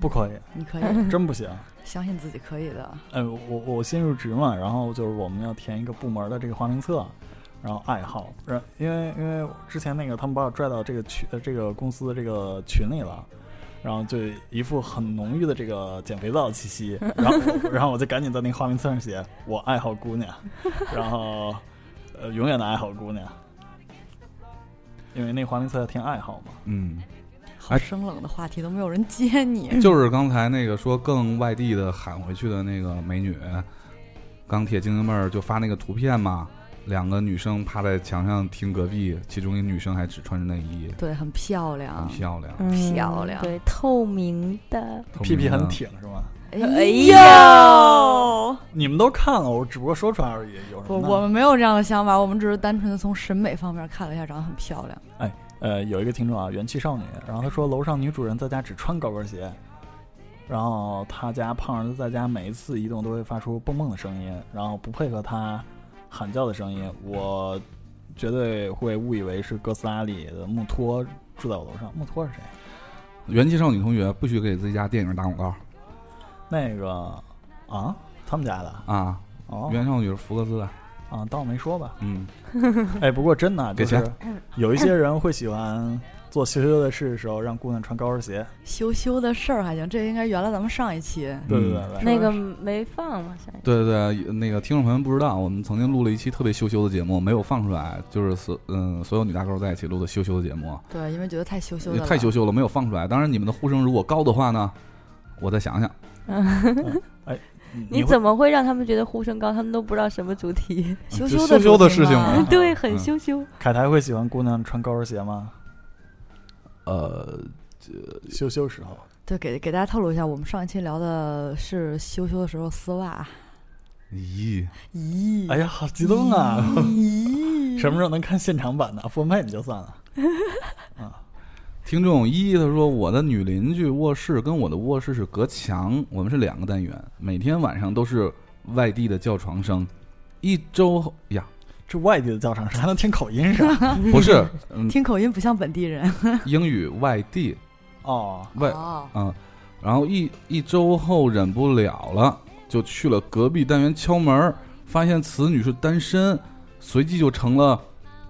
不可以，你可以真不行。相信自己可以的。哎，我我新入职嘛，然后就是我们要填一个部门的这个花名册，然后爱好，然因为因为之前那个他们把我拽到这个群呃这个公司的这个群里了，然后就一副很浓郁的这个减肥皂气息，然后我然后我就赶紧在那个花名册上写我爱好姑娘，然后呃永远的爱好姑娘，因为那花名册要填爱好嘛，嗯，好哎生冷的话题都没有人接嗯你，就是刚才那个说更外地的喊回去的那个美女，钢铁精灵妹儿就发那个图片嘛，两个女生趴在墙上听隔壁，其中一女生还只穿着内衣，对，很漂很啊亮。漂亮”，， 嗯漂亮对，透明的，透屁屁明的啊很。挺是吗？哎呦，你们都看了，我只不过说出来而已，有什我么呢？我们没有这样的想法，我们只是单纯的从审美方面看了一下，长得很漂亮。呃，有一个听众啊，元气少女，然后她说楼上女主人在家只穿高跟鞋，然后她家胖儿子在家每一次移动都会发出蹦蹦的声音，然后不配合她喊叫的声音，我绝对会误以为是哥斯拉里的木托住在我楼上。木托是谁？元气少女同学不许给自己家电影打广告那个啊，他们家的啊！哦元气少女是福克斯的，啊，当我没说吧。嗯，哎，不过真的啊给就是有一些人会喜欢做羞羞的事的时候，让姑娘穿高跟鞋。羞羞的事儿还行，这应该原来咱们上一期对嗯对对对，那个没放嘛，现在对对对，那个听众朋友们不知道，我们曾经录了一期特别羞羞的节目，没有放出来，就是所嗯所有女大高在一起录的羞羞的节目，对，因为觉得太羞羞的也了，太羞羞了，没有放出来。当然，你们的呼声如果高的话呢，我再想想。你会怎么会让他们觉得呼声高？他们都不知道什么主题， 羞嗯就羞羞羞的事事情嘛对，很嗯羞羞。凯台会喜欢姑娘穿高跟鞋吗？呃，羞羞时候，对，给给大家透露一下，我们上一期聊的是羞羞的时候丝袜。咦，咦，哎呀，好激动啊！ 咦，什么时候能看现场版的？不卖你就算了。啊，听众一他说我的女邻居卧室跟我的卧室是隔墙，我们是两个单元，每天晚上都是外地的叫床声，一周后呀这外地的教场还能听口音是吧？不是，嗯，听口音不像本地人。英语外地哦，外哦，啊，然后一一周后忍不了了，就去了隔壁单元敲门儿，发现此女是单身，随即就成了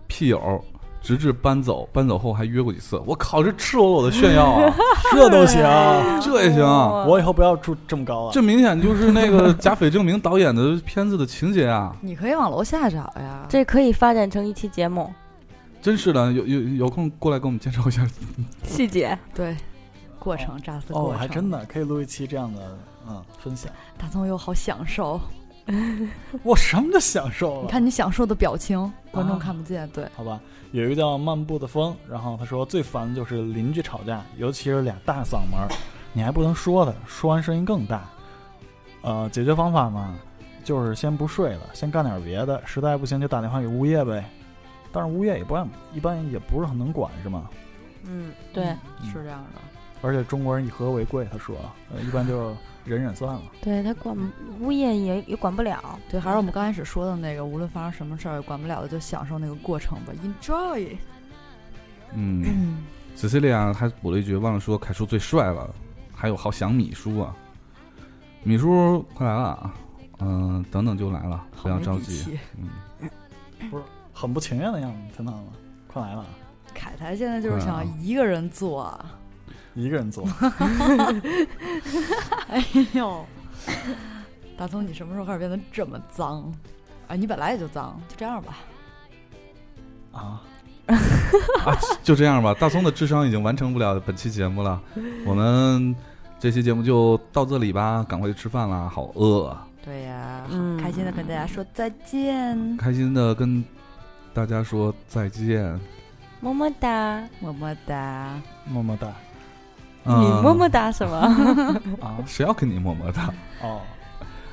屁友，直至搬走。搬走后还约过几次，我靠，这赤裸裸的炫耀啊，这都行，这也行啊！哦我以后不要住这么高了。这明显就是那个贾斐正明导演的片子的情节啊！你可以往楼下找呀。这可以发展成一期节目真是的，有有有空过来给我们介绍一下。细节。对，过程炸死过哦，程，还真的可以录一期这样的嗯分享。大葱又好享受。哦我什么都享受了。你看你享受的表啊情，观众看不见。对，好吧，有一个叫漫步的风，然后他说最烦的就是邻居吵架，尤其是俩大嗓门儿，你还不能说他，说完声音更大。呃，解决方法嘛，就是先不睡了，先干点别的，实在不行就打电话给物业呗。但是物业也不按，一般也不是很能管，是吗？嗯，对嗯，是这样的。而且中国人以和为贵，他说，呃，一般就忍忍算了。对他管物业也也管不了，对，还是我们刚开始说的那个，无论发生什么事儿，管不了的就享受那个过程吧，enjoy。嗯，c c 利亚还补了一句，忘了说凯叔最帅了，还有好想米叔啊，米叔快来了啊，嗯、等等就来了，好不要没着底急，气。嗯，很不情愿的样子，听到了吗？快来吧，凯台现在就是对啊想一个人做。一个人做。哎呦，大葱，你什么时候开始变得这么脏？啊，你本来也就脏，就这样吧。啊，啊 就这样吧。大葱的智商已经完成不了本期节目了，我们这期节目就到这里吧，赶快去吃饭啦，好饿啊，对呀嗯开心的跟大家说再见，嗯开心的跟大家说再见，么么哒。么么哒。么么哒嗯、你么么哒什么？啊，谁要跟你么么哒？ 哦，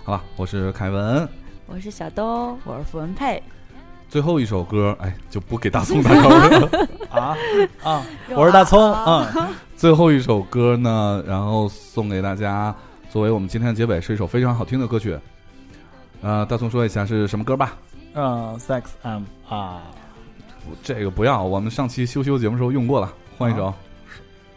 好吧，我是凯文，我是小东，我是符文佩，最后一首歌，哎，就不给大葱打招呼了。 啊啊！我是大葱，嗯，最后一首歌呢，然后送给大家，作为我们今天的结尾，是一首非常好听的歌曲。呃，大葱说一下是什么歌吧？嗯，sex M 啊，不这个不要，我们上期羞羞节目时候用过了，换一首。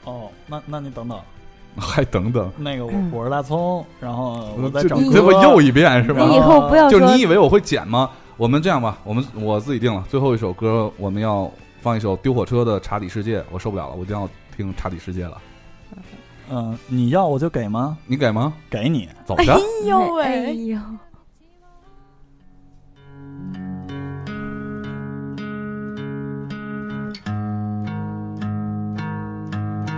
哦，那那你等等， 还等等，那个我我是大葱，然后我在嗯这找你歌，这不又一遍是是吧吧？你以后不要就是说你以为我会剪吗？我们这样吧，我们我自己定了，最后一首歌我们要放一首丢火车的《茶底世界》，我受不了了，我一定要听《茶底世界》了。嗯，你要我就给吗？你给吗？给你，走着。呦喂哎呦，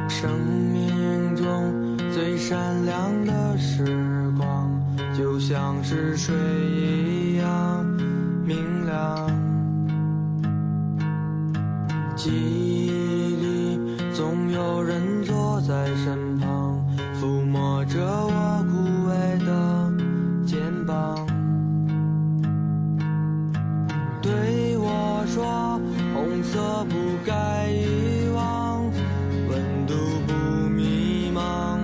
生命中最闪亮的时光，就像是水一样明亮。记忆里总有人坐在身旁，抚摸着我枯萎的肩膀，对我说：“红色不该遗忘。”温度不迷茫，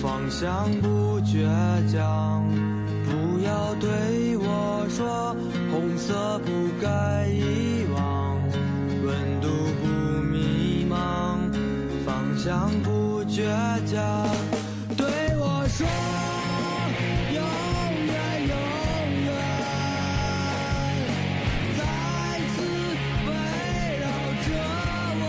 方向不倔强。不要对我说红色不该遗忘，温度不迷茫，方向不倔强。对我说，永远永远，再次围绕着我。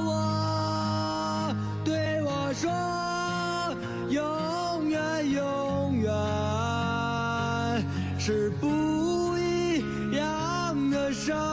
我，对我说，永远永远是不一样的生